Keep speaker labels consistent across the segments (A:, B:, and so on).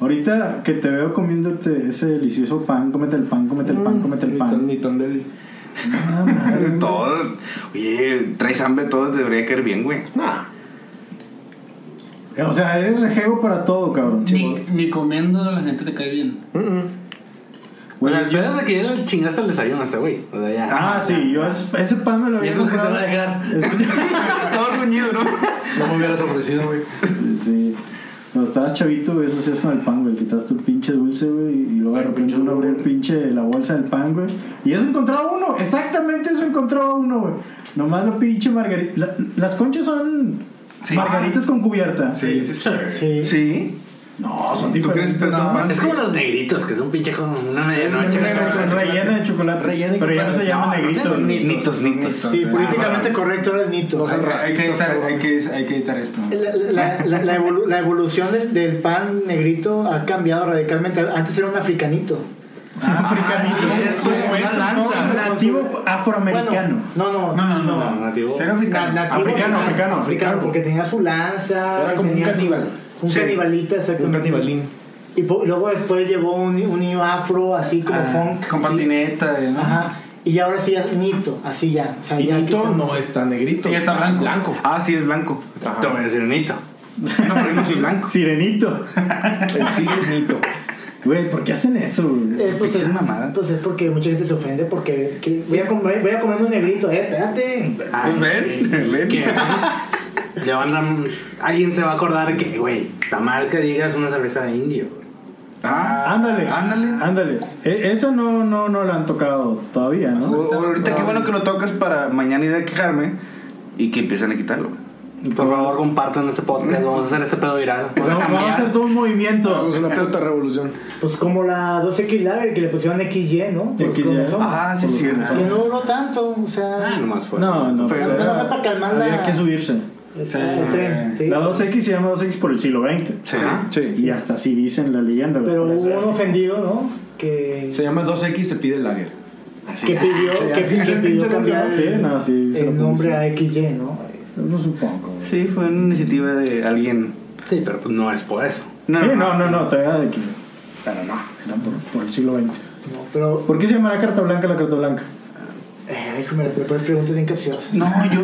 A: Ahorita que te veo comiéndote ese delicioso pan, cómete el pan, cómete el
B: Mm,
A: pan, cómete el
B: Ni
A: pan.
B: tan- Ni tan deli.
A: Ah, madre, güey.
C: Todo. Oye, traes hambre, todo te debería caer bien, güey.
B: Nah.
A: Eh, O sea, eres rejego para todo, cabrón.
D: Ni, ni comiendo la gente te cae bien.
A: Güey,
E: Bueno,
C: Pues
E: el pedo es de que ya le chingaste el desayuno a este güey. O sea, ya.
A: Ah, sí, yo es- ese pan me lo
E: y
A: había
E: es lo que te
A: comprado.
E: va a dejar.
C: todo reunido, ¿no?
B: No me hubieras ofrecido, güey.
A: Sí. Cuando estabas chavito, güey, eso hacías con el pan, güey. Quitas tu pinche dulce, güey, y luego de
B: Ay,
A: repente
B: pinche
A: uno abrió el
B: dulce.
A: pinche la bolsa del pan, güey. Y eso encontraba uno, exactamente eso encontraba uno, güey. Nomás lo pinche margarita. la- las conchas son
C: Sí.
A: margaritas con cubierta.
C: Sí, sí, sí.
B: Sí.
C: Sí.
A: No, son
C: ¿Tú crees
A: diferentes.
C: que
A: no.
C: pan?
E: Es como los negritos, que es un pinche con una medianoche.
A: Rellena de chocolate.
B: Rellena de
A: pero ya no se
B: chocolate.
A: llama
E: No,
A: negrito.
E: son
A: güey.
C: Nitos, nitos.
B: Sí,
C: Ah,
B: políticamente
C: bueno.
B: correcto ahora es Nito.
C: Hay que-
B: Racistas,
C: hay que editar-
B: cabrón.
C: hay que- Hay que editar esto.
F: La, la- la- la evolu- la evolución del, del pan negrito ha cambiado radicalmente. Antes era un africanito.
A: Africanito.
C: sí,
A: güey,
C: güey,
A: pues, es
C: lanza.
A: un nativo afroamericano.
F: Bueno, no, no,
D: No, no, no.
E: No, nativo.
C: Ser africano.
F: nativo
A: Africano, africano, africano.
F: Porque tenía su lanza.
B: Era como un
F: tenía su-
B: caníbal.
F: Un
C: Sí.
F: canibalita,
B: Un
F: exactamente.
B: canibalín.
F: Y po- luego después llegó un, un niño afro, así como
C: Ah,
F: funk.
C: Con
F: así.
C: patineta, ¿no?
F: Ajá. Y ahora sí es nito, así ya. O sea,
B: Y
F: ya Eh,
B: Nito
F: quitó-
B: no está negrito.
D: Y está blanco.
B: Blanco.
C: Ah, sí, es blanco.
E: Te voy a decir nito.
C: No, pero no soy blanco.
A: Sirenito.
B: El sí es Nito.
A: Güey, ¿por qué hacen eso, güey?
F: Eh, pues,
C: Pinches
F: es,
C: mamadas.
F: pues es porque mucha gente se ofende porque que voy a comer voy a comer un negrito, eh, espérate.
E: Ay,
C: ven,
E: güey,
C: ven.
E: que- Le van a- Alguien se va a acordar que, güey, está mal que digas una cerveza de indio. güey.
C: Ah,
A: Ándale,
C: Ándale.
A: ándale. E- eso no, no, no lo han tocado todavía,
C: O-
A: ¿no?
C: o- Ahorita qué bueno que lo tocas para mañana ir a quejarme y que empiecen a quitarlo.
E: Por favor, compartan este podcast. Vamos a hacer este pedo viral.
A: Vamos, vamos a hacer todo un movimiento.
B: Vamos a una puta revolución.
F: Pues como la 12X Lager que le pusieron XY, ¿no? Pues, Por
A: XY.
F: los hombres.
C: Ah, sí,
A: Por los
C: sí,
A: hombres.
F: Que no duró tanto, o
E: Ah,
F: sea,
E: nomás fue.
A: No, no,
C: Fue-
A: pues
C: no,
A: era-
F: fue para calmar la-
A: Había que subirse.
F: o sea, el tren, sí.
A: La 2X se llama 2X por el siglo XX.
C: Sí.
E: Ajá.
A: Y hasta así dicen la leyenda, güey.
F: Pero
A: Por eso
F: hubo un
A: es-
F: ofendido, ¿no? Que,
B: Se llama 2X, se pide lager.
F: que pidió,
B: Sí,
F: que,
B: así
F: que
B: se
F: pidió
B: pinche
F: cambiar
A: canción. Sí, no, sí, se lo
F: el nombre
A: puso.
F: a XY, ¿no?
A: No supongo. güey.
C: Sí, fue una iniciativa de alguien.
E: Sí, pero pues no es por eso.
A: sí, no, no, no, todavía de aquí. Pero no, era por, por el siglo XX.
F: No, pero
A: ¿Por qué se llamará carta blanca la carta blanca?
F: eh, hijo, me puedes preguntas bien capciosas.
C: No, yo.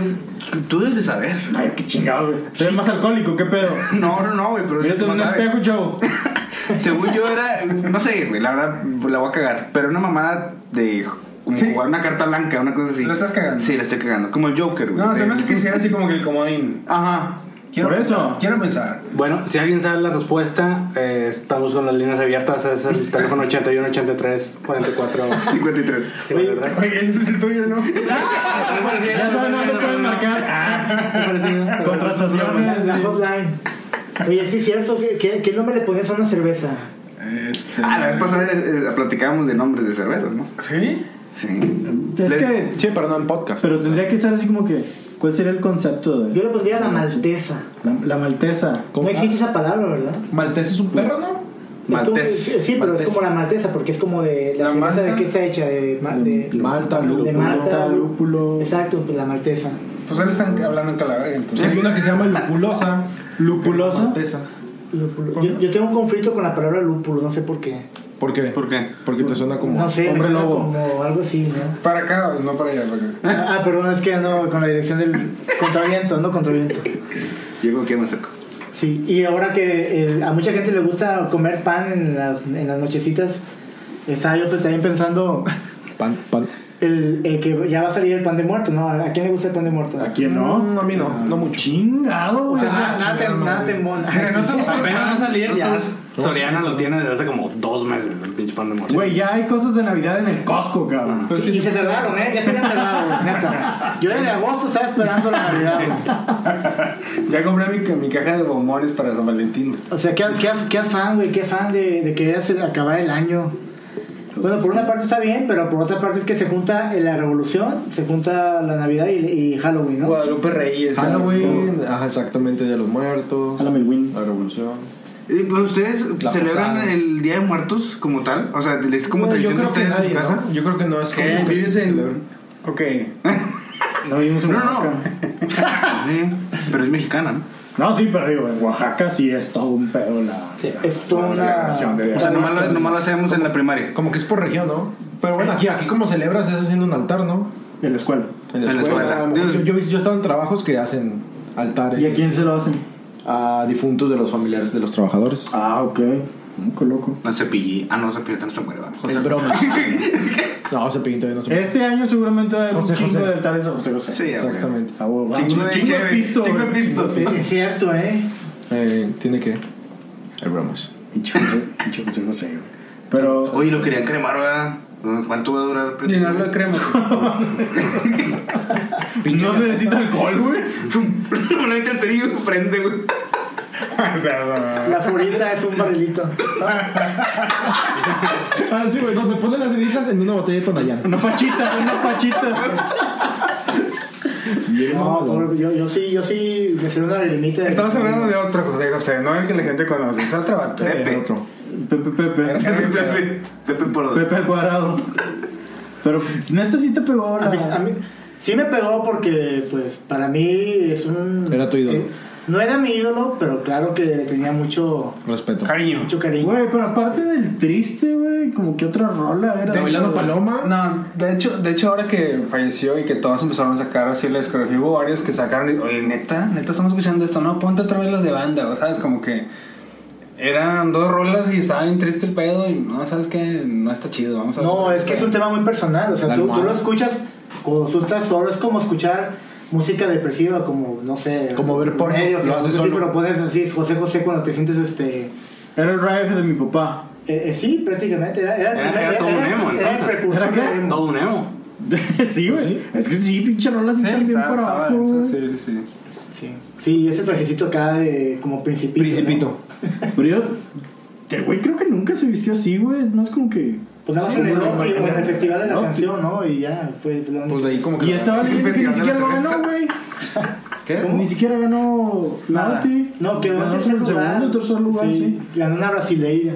C: Tú debes de saber.
A: Ay, qué chingado, güey. Soy el más alcohólico, qué pedo.
C: No, no, no, güey, pero.
A: Mírate en
C: tú
A: un
C: sabes.
A: espejo, Joe.
C: Según yo era. No sé, güey, la verdad la voy a cagar. Pero una mamada de. Como
G: Sí.
C: jugar una carta blanca, una cosa así.
G: Lo estás cagando.
C: Sí, la estoy cagando. Como el Joker, güey.
G: No, se me hace
C: De-
G: que sea así como que el comodín.
C: Ajá.
A: Por eso.
G: Quiero pensar.
E: Bueno, si alguien sabe la respuesta, eh, estamos con las líneas abiertas. Es el teléfono 81 83 44
C: 53.
E: 53.
G: Oye, ese es el tuyo, ¿no?
A: Ya saben dónde pueden marcar. Contrataciones.
F: La hotline. Oye, sí es cierto, ¿qué, qué, qué nombre le ponías a una cerveza?
G: Este...
C: Ah, la vez pasada eh, eh, platicábamos de nombres de cervezas, ¿no?
G: ¿Sí?
C: Sí.
A: Es
C: Le-
A: que.
B: Sí, pero no en podcast.
A: Pero tendría que estar así como que. ¿Cuál sería el concepto de.?
F: Yo le pondría la maltesa.
A: La, la maltesa.
B: ¿Cómo?
F: No existe esa palabra, ¿verdad?
B: Maltés es un perro, ¿no?
C: Maltés.
F: Es como- eh, sí, pero
B: Maltés.
F: es como la maltesa, porque es como de la,
G: La
F: cerveza de
G: malta.
F: qué está hecha, de, ma- de,
A: De
B: Malta,
F: de
B: lúpulo.
F: malta,
A: lúpulo.
F: Exacto, pues la maltesa.
G: Pues ahora están hablando en Calaveras,
B: Sí,
G: entonces.
B: hay una que se llama lupulosa.
A: ¿Lupulosa?
B: Maltesa.
F: Lúpulo. Yo, yo tengo un conflicto con la palabra lúpulo, no sé por qué.
B: ¿Por qué?
C: ¿Por qué?
B: Porque te suena como.
F: No sé, me
A: hombre
F: suena
A: lobo.
F: como algo así, ¿no?
G: Para acá, no para allá. para acá.
F: Ah, perdón, es que ando con la dirección del contraviento, no contraviento.
C: Yo creo que me acerco.
F: Sí, y ahora que eh, a mucha gente le gusta comer pan en las, en las nochecitas, estaba yo pues, también pensando
B: Pan, pan.
F: el, el que ya va a salir el pan de muerto, ¿no? ¿A quién le gusta el pan de muerto?
A: ¿A quién no?
B: Mm, a mí no, no mucho.
A: Chingado,
F: O
A: güey.
F: sea,
G: Ah,
F: nada, nada te- nada te embona.
G: Mira, no te gusta el
E: Apenas va a
G: pan.
E: salir ya. Soriana lo tiene desde hace como dos meses, el pinche pan de muerto.
A: Güey, ya hay cosas de Navidad en el Costco, cabrón.
B: Pero es que
F: Y
B: sí-
F: se cerraron, ¿eh? Ya se habían cerrado, güey, neta. Yo desde agosto estaba esperando la Navidad, güey.
G: Ya compré mi, ca- mi caja de bombones para San Valentín.
B: Ah,
F: O sea, qué, qué, qué afán, güey, qué afán de, de querer hacer- acabar el año. Bueno, por una parte está bien, pero por otra parte es que se junta la revolución, se junta la Navidad y, y Halloween, ¿no?
G: Guadalupe Reyes.
B: Ah, Halloween, ajá, exactamente, Día de los Muertos.
A: Halloween. Win.
B: La revolución.
C: Eh, ¿Pero ustedes
B: La
C: celebran
B: posada.
C: el Día de Muertos como tal? O sea, ¿es como
B: No,
C: tradición
B: yo
C: de
B: creo que
C: ustedes en su
B: nadie,
C: casa?
B: ¿no? Yo creo que no es
G: ¿Qué?
B: como que
G: ¿Vives
B: se
G: en-
B: celebra.
G: Ok.
A: No vimos una
C: No, no.
A: vaca.
C: Sí, Pero es mexicana, ¿no?
A: No, sí, pero digo, en Oaxaca sí es todo un pedo la.
E: Sí,
F: es toda
A: la
F: una-
A: celebración de-
C: O sea, nomás lo, nomás lo hacemos en la primaria.
B: Como que es por región, ¿no? Pero bueno, aquí, aquí como celebras es haciendo un altar, ¿no?
A: de la escuela.
B: En la
C: En la
B: escuela. Ah,
C: escuela.
B: Yo, yo, he visto- yo he estado en trabajos que hacen altares.
A: ¿Y a quién se lo hacen?
B: A difuntos de los familiares de los trabajadores.
A: Ah, ok. Mm, Qué loco.
C: No cepillí. Ah, no, cepillí no se muere. va.
B: Es broma. no, se pintó y no se
A: Este año seguramente va a haber un
B: José
A: chingo
B: José.
A: de altares a José José.
C: Sí, ya, güey.
B: Exactamente.
A: Ah, huevo, ah,
C: Chingo de
A: chingo de
C: cheve,
A: pisto.
C: chingo de
A: güey.
C: pisto.
A: Chingo de
F: Es cierto, ¿eh?
B: Eh, tiene que. Hay bromas.
A: Pinche José, pinche José José, güey. Pero.
C: Oye, lo querían cremar, ¿verdad? ¿Cuánto va a durar? el prendimiento?
G: Llenarlo de crema.
A: no necesita alcohol, güey.
C: Una vez que el cerillo prende, güey.
A: O sea, no.
F: La furita es un barrilito.
B: Ah, sí, güey, donde pones las cenizas en una botella de Tonayán.
A: Una fachita, una fachita.
F: No, pobre, yo, yo sí, yo sí me salió una limita.
G: Estamos hablando de otro José José, no el que la gente conoce. Es otro vato.
C: Pepe.
B: Eh, otro.
A: Eh, Pepe, Pepe.
C: Pepe, Pepe, Pepe por
A: Pepe al cuadrado. Pero neta sí te pegó
F: A
A: la.
F: mí, a mí- sí me pegó porque, pues, para mí es un...
B: Era tu ídolo.
F: eh, no era mi ídolo, pero claro que tenía mucho,
B: Respeto.
G: Cariño.
F: mucho cariño.
A: Güey, pero aparte del triste, güey, como que otra rola era.
B: ¿De bailando paloma?
G: No, de hecho, de hecho ahora que falleció y que todos empezaron a sacar así la discografía, hubo varios que sacaron y, oye, neta, neta estamos escuchando esto, no, ponte otra vez las de banda, o sabes, como que eran dos rolas y estaba bien triste el pedo y no, sabes que no está chido, vamos a
F: No, es que es un tema muy personal. O sea,
G: La
F: tú, tú lo
G: almohada.
F: escuchas cuando tú estás solo. Es como escuchar música depresiva, como, no sé...
B: Como ver porno,
F: medio,
B: lo
F: que
B: haces
F: sí,
B: solo.
F: pero puedes así, José José, cuando te sientes, este...
A: Era el rayo de mi papá.
F: eh, eh, sí, prácticamente. Era, era, el
E: Era-
F: primer-
E: era todo un emo,
F: era el
E: entonces.
F: precursor
A: ¿Era qué?
F: del emo.
E: Todo un emo.
A: sí, güey. Es que sí, pinche rolas
G: Sí,
A: están bien
G: está-
A: para
G: estaba
A: abajo.
G: denso,
A: güey.
G: sí, sí, sí.
F: Sí, sí, ese trajecito acá de como principito. ¿no?
B: Principito.
A: Pero yo, el güey creo que nunca se vistió así, güey. Es más como que.
F: Pues nada más
A: Sí,
F: en el
A: como
F: Loki,
A: la-
F: en el festival de la
A: Loki.
F: canción, ¿no? Y ya, fue fue lo único.
B: Pues de ahí como que.
A: Y estaba leyendo que ni
C: Festival de
A: siquiera
C: la
A: lo ganó,
C: cerveza.
A: güey.
B: ¿Qué?
A: Ni siquiera ganó
F: Nada.
A: Nauti.
F: No, quedó en
A: Ganó
F: tercer
A: como
F: lugar.
A: segundo, tercer lugar, sí.
F: Ganó una brasileira.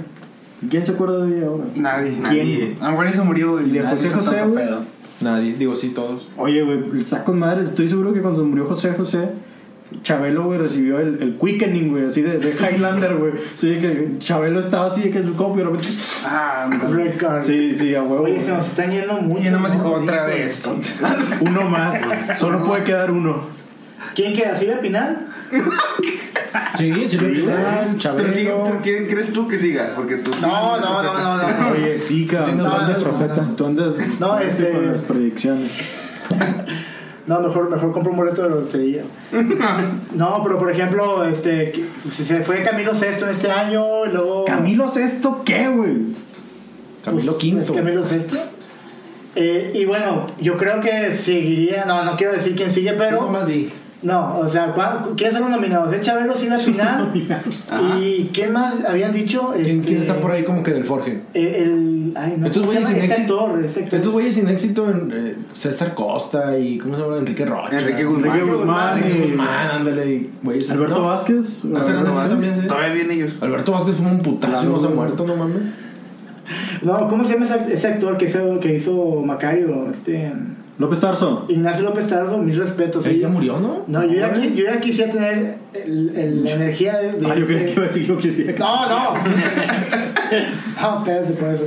A: ¿Quién se acuerda de ella ahora?
G: Nadie.
C: Nadie.
G: A lo mejor eso murió y
A: de
G: nadie
A: José
G: hizo
A: José,
G: tanto
A: güey.
G: pedo.
B: Nadie, digo sí, todos.
A: Oye, güey, está con madres. Estoy seguro que cuando murió José José, Chabelo, güey, recibió el, el quickening, güey, así de, de Highlander, güey. Sí, que Chabelo estaba así, de que en su copio, de repente.
G: Ah,
F: Record.
A: Sí, sí, a huevo.
F: Oye,
A: güey.
F: se nos están yendo mucho.
G: y nomás
F: ¿no?
G: dijo otra vez.
A: Uno más. Solo puede quedar uno.
F: ¿Quién queda? ¿Silvia Pinal?
B: Sí, sí, Pinal,
C: Pero
B: Chabelo.
C: ¿quién, quién crees tú que siga? Porque tú.
F: no.
A: Oye, sí, cabrón.
B: Tengo
A: Tú
B: banda
A: andas-
B: profeta.
A: Tú andas
F: No,
A: andas
F: este-
A: con las predicciones.
F: No, mejor, mejor compro un boleto de lotería. no, pero por ejemplo, este, que- se- se fue Camilo Sexto en este año, y luego...
A: ¿Camilo Sexto qué, güey?
B: Camilo
F: Pues,
B: Quinto.
F: es Camilo Sexto. Eh, y bueno, yo creo que seguiría, no, no quiero decir quién sigue, pero... No, o sea, ¿cuán- ¿quiénes son los nominados? Es Chabelo sin la final. ¿Y quién más habían dicho?
B: ¿Quién,
F: Este,
B: quién está por ahí como que del Forge?
F: eh, El. Ay, no,
B: Estos
F: ¿cómo se
B: güeyes
F: llama?
B: sin
F: Este
B: éxito.
F: actor, este actor.
B: Estos güeyes sin éxito en eh, César Costa y. ¿Cómo se llama? Enrique Rocha.
C: Enrique Guzmán.
A: Enrique Guzmán,
B: Enrique
A: eh,
B: Guzmán, ándale. y güeyes así,
A: Alberto
B: ¿no?
A: Vázquez.
B: Ah, Alberto
A: Alberto
B: Vázquez también, sí.
C: Todavía vienen ellos.
B: Alberto Vázquez fue un putazo,
A: Claro,
B: no se ha
A: güey.
B: muerto, no mames.
F: No, ¿cómo se llama ese, ese actor que hizo, que hizo Macario? Este.
A: López Tarso.
F: Ignacio López Tardo, mis respetos.
B: Él
F: oye.
B: ya murió, ¿no?
F: No, yo ya, quis- yo ya quisiera tener el- el- la energía de. de-
A: Ah, yo creía que iba a decir yo quisiera.
F: No, no. no, espérate por eso.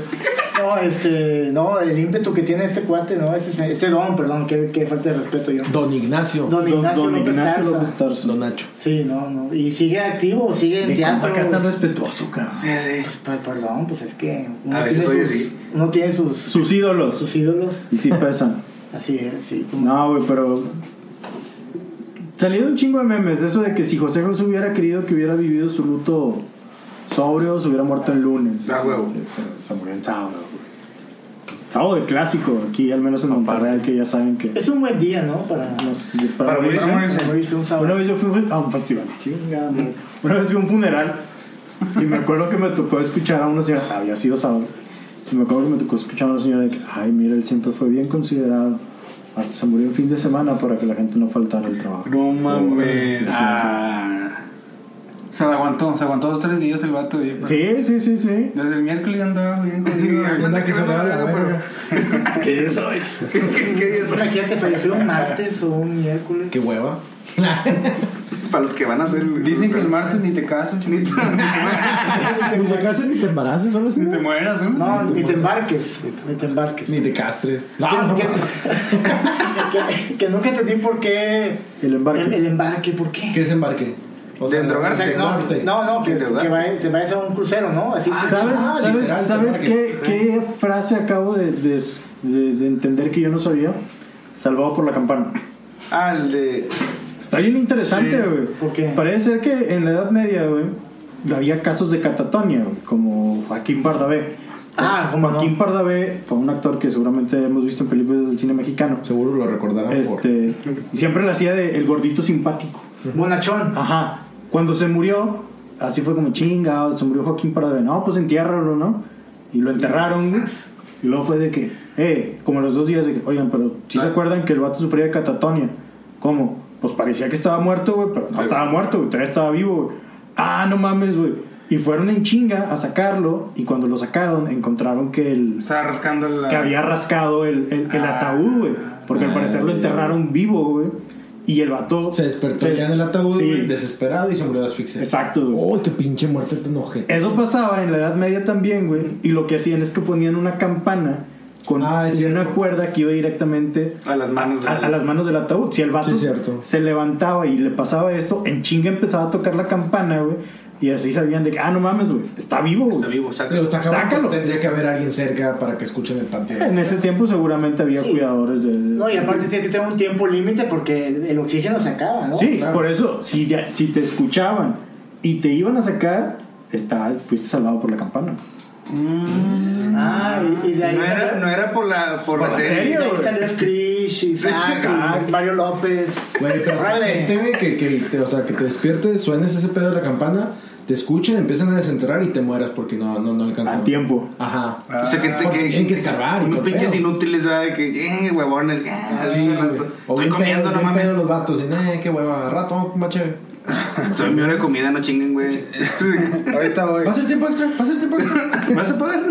F: No, este. No, el ímpetu que tiene este cuate, no, este, este don, perdón, que, que falta de respeto yo.
B: Don Ignacio. Don,
F: Don Ignacio, López Tarso.
A: Tarso.
B: Nacho.
F: Sí, no, no. Y sigue activo, sigue en
A: De
F: teatro.
A: compa, que tan respetuoso, cabrón.
C: Sí, sí.
F: Pues, per- perdón, pues es que uno
C: A veces soy
F: tiene, sus,
C: así.
F: uno tiene sus, sus,
A: Sus ídolos.
F: ídolos.
A: Y sí pesan.
F: Así es, sí.
A: No, güey, pero. Salió un chingo de memes. Eso de que si José José hubiera querido que hubiera vivido su luto sobrio, se hubiera muerto el lunes.
C: Ah, huevo.
A: Se murió el sábado, güey. Sábado de clásico, aquí, al menos en Monterrey, que ya saben que.
F: Es un buen día, ¿no? Para,
A: nos-
C: Para morirse,
A: ¿no?
C: morirse.
F: para morirse un
A: Una
F: sábado.
A: vez yo fui a un- a un festival. Chingada madre. Una vez fui a un funeral. Y me acuerdo que me tocó escuchar a una señora. Había sido sábado. Y me acuerdo que me tocó escuchar a una señora de que, ay, mira, él siempre fue bien considerado. Hasta se murió en fin de semana para que la gente no faltara al trabajo.
G: No mames.
A: Órale.
G: Ah.
D: Se la aguantó, se aguantó dos tres días el vato. y-
A: Sí, sí, sí, sí.
D: Desde el miércoles andaba bien jodido.
B: Anda que se me va la verga.
A: ¿Qué es hoy?
F: Imagínate, falleció un martes o un miércoles.
B: Qué hueva.
C: Para los que van a hacer.
G: Dicen que el martes ni te casas, ni te,
A: Ni te cases ni te embaraces, solo así.
G: ni te mueras, ¿no?
F: No, ni te embarques. Ni te embarques.
B: Ni te castres.
A: Ah,
F: que,
A: no.
F: que- que- que nunca entendí por qué.
A: El embarque.
F: El, el embarque, ¿por qué?
B: ¿Qué es embarque? O
C: De
F: O sea,
C: drogarse,
F: que no,
B: Embarque.
F: no, no, que,
C: ¿De verdad?
F: que vaya- te vayas a un crucero, ¿no? Así que-
A: ¿Sabes,
B: Ah,
A: sabes,
B: literal,
A: sabes
B: te
A: qué, qué frase acabo de, de- de- de entender que yo no sabía? Salvado por la campana.
C: Ah, el de.
A: Está bien interesante,
C: Sí.
A: güey.
F: ¿Por qué?
A: Parece ser que en la Edad Media, güey, había casos de catatonia, güey, como Joaquín Bardavé.
F: Ah, ¿cómo no?
A: Joaquín Bardavé fue un actor que seguramente hemos visto en películas del cine mexicano.
B: Seguro lo recordarán por.
A: Este, y siempre le hacía de el gordito simpático.
F: Bonachón.
A: Ajá. Cuando se murió, así fue como chinga, se murió Joaquín Pardavé. No, pues entiérralo, ¿no? Y lo enterraron, güey. Y luego fue de que, eh, como los dos días de que, oigan, pero si se acuerdan que el vato sufría de catatonia. ¿Cómo? Pues parecía que estaba muerto, güey, pero no estaba muerto, güey, todavía estaba vivo, güey. Ah, no mames, güey. Y fueron en chinga a sacarlo y cuando lo sacaron encontraron que el
D: Estaba rascando la.
A: que
F: Ah.
A: había rascado el, el- el ataúd, güey. Porque al parecer lo enterraron vivo, güey. Y el vato
B: Se despertó
A: se
B: ya en el ataúd,
A: pues, Sí.
B: güey, desesperado y se murió de asfixia.
A: Exacto, güey.
B: Uy, qué pinche muerte tan ojete.
A: Eso pasaba en la Edad Media también, güey. Y lo que hacían es que ponían una campana con
B: Ah, es
A: y una
B: cierto.
A: cuerda que iba directamente
C: A las manos.
A: a, a las manos del ataúd. Si el vato
B: Sí, es cierto.
A: se levantaba y le pasaba esto, en chinga empezaba a tocar la campana, güey. Y así sabían de que, ah, no mames, güey, está vivo, güey.
C: Está vivo, saca.
B: Pero está cabrón,
A: Sácalo.
B: Tendría que haber alguien cerca para que escuchen el patio.
A: En ese tiempo seguramente había
F: Sí.
A: cuidadores de... de-
F: No, y aparte tienes que tener un tiempo límite porque el oxígeno se acaba, ¿no?
A: sí,
B: claro.
A: por eso, si, ya- si te escuchaban y te iban a sacar, está, fuiste salvado por la campana.
F: Ah, y, y de ahí.
C: No era,
F: salió-
C: no era por la, por
A: ¿Por
C: la
A: la
C: serie.
A: serie?
F: de ahí salió Screech, Isaac, y Mario López.
B: Güey, pero
F: Órale.
B: gente, güey, que, que te, o sea, que te despiertes, suenes ese pedo de la campana, te escuchen, empiezan a desenterrar y te mueras porque no, no, no alcanzan.
A: A tiempo. Ah.
B: Ajá.
C: O sea, que, te,
B: Porque
C: Pues que,
B: tienen que escarbar y
C: Unos
B: todo
C: pinches
B: pedo.
C: inútiles, ¿sabes? Que, eh, huevones. eh,
B: Sí, güey. O
C: estoy
B: bien
C: comiendo,
B: pedo,
C: no
B: bien
C: mames.
B: pedo los vatos. Y, "Nah, qué hueva, rato, vamos con más chévere.
C: Estoy en mi hora de comida, no chinguen, güey.
G: Ahorita voy.
B: Pasa el tiempo extra, pasa el tiempo extra.
C: ¿Vas a pagar?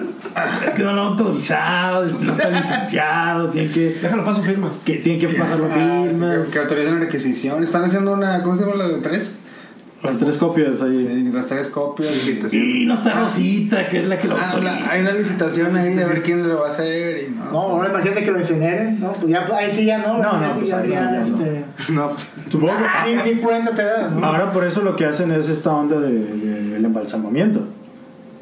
A: Es que no lo han autorizado, no está licenciado, tiene que...
B: Déjalo, paso firmas.
A: que tienen que pasar la firma.
G: Que, que autoricen la requisición. Están haciendo una. ¿Cómo se llama la de tres?
A: Las tres copias ahí.
G: Sí, las tres copias.
A: Y no está Rosita, que es la que lo
G: Ah, la-
A: autoriza.
G: hay una licitación ahí de ver quién lo va a hacer y
F: No,
G: no.
F: ahora imagínate que lo incineren, ¿no? Pues ya, ahí sí ya no.
A: No, no,
F: imagínate,
A: pues
F: ya,
A: ahí sí
F: ya,
A: ya no.
F: este,
C: No.
A: Supongo
F: Ni, ni cuenta te das,
A: que
F: ¿no?
A: ahora por eso lo que hacen es esta onda de- de- del embalsamamiento.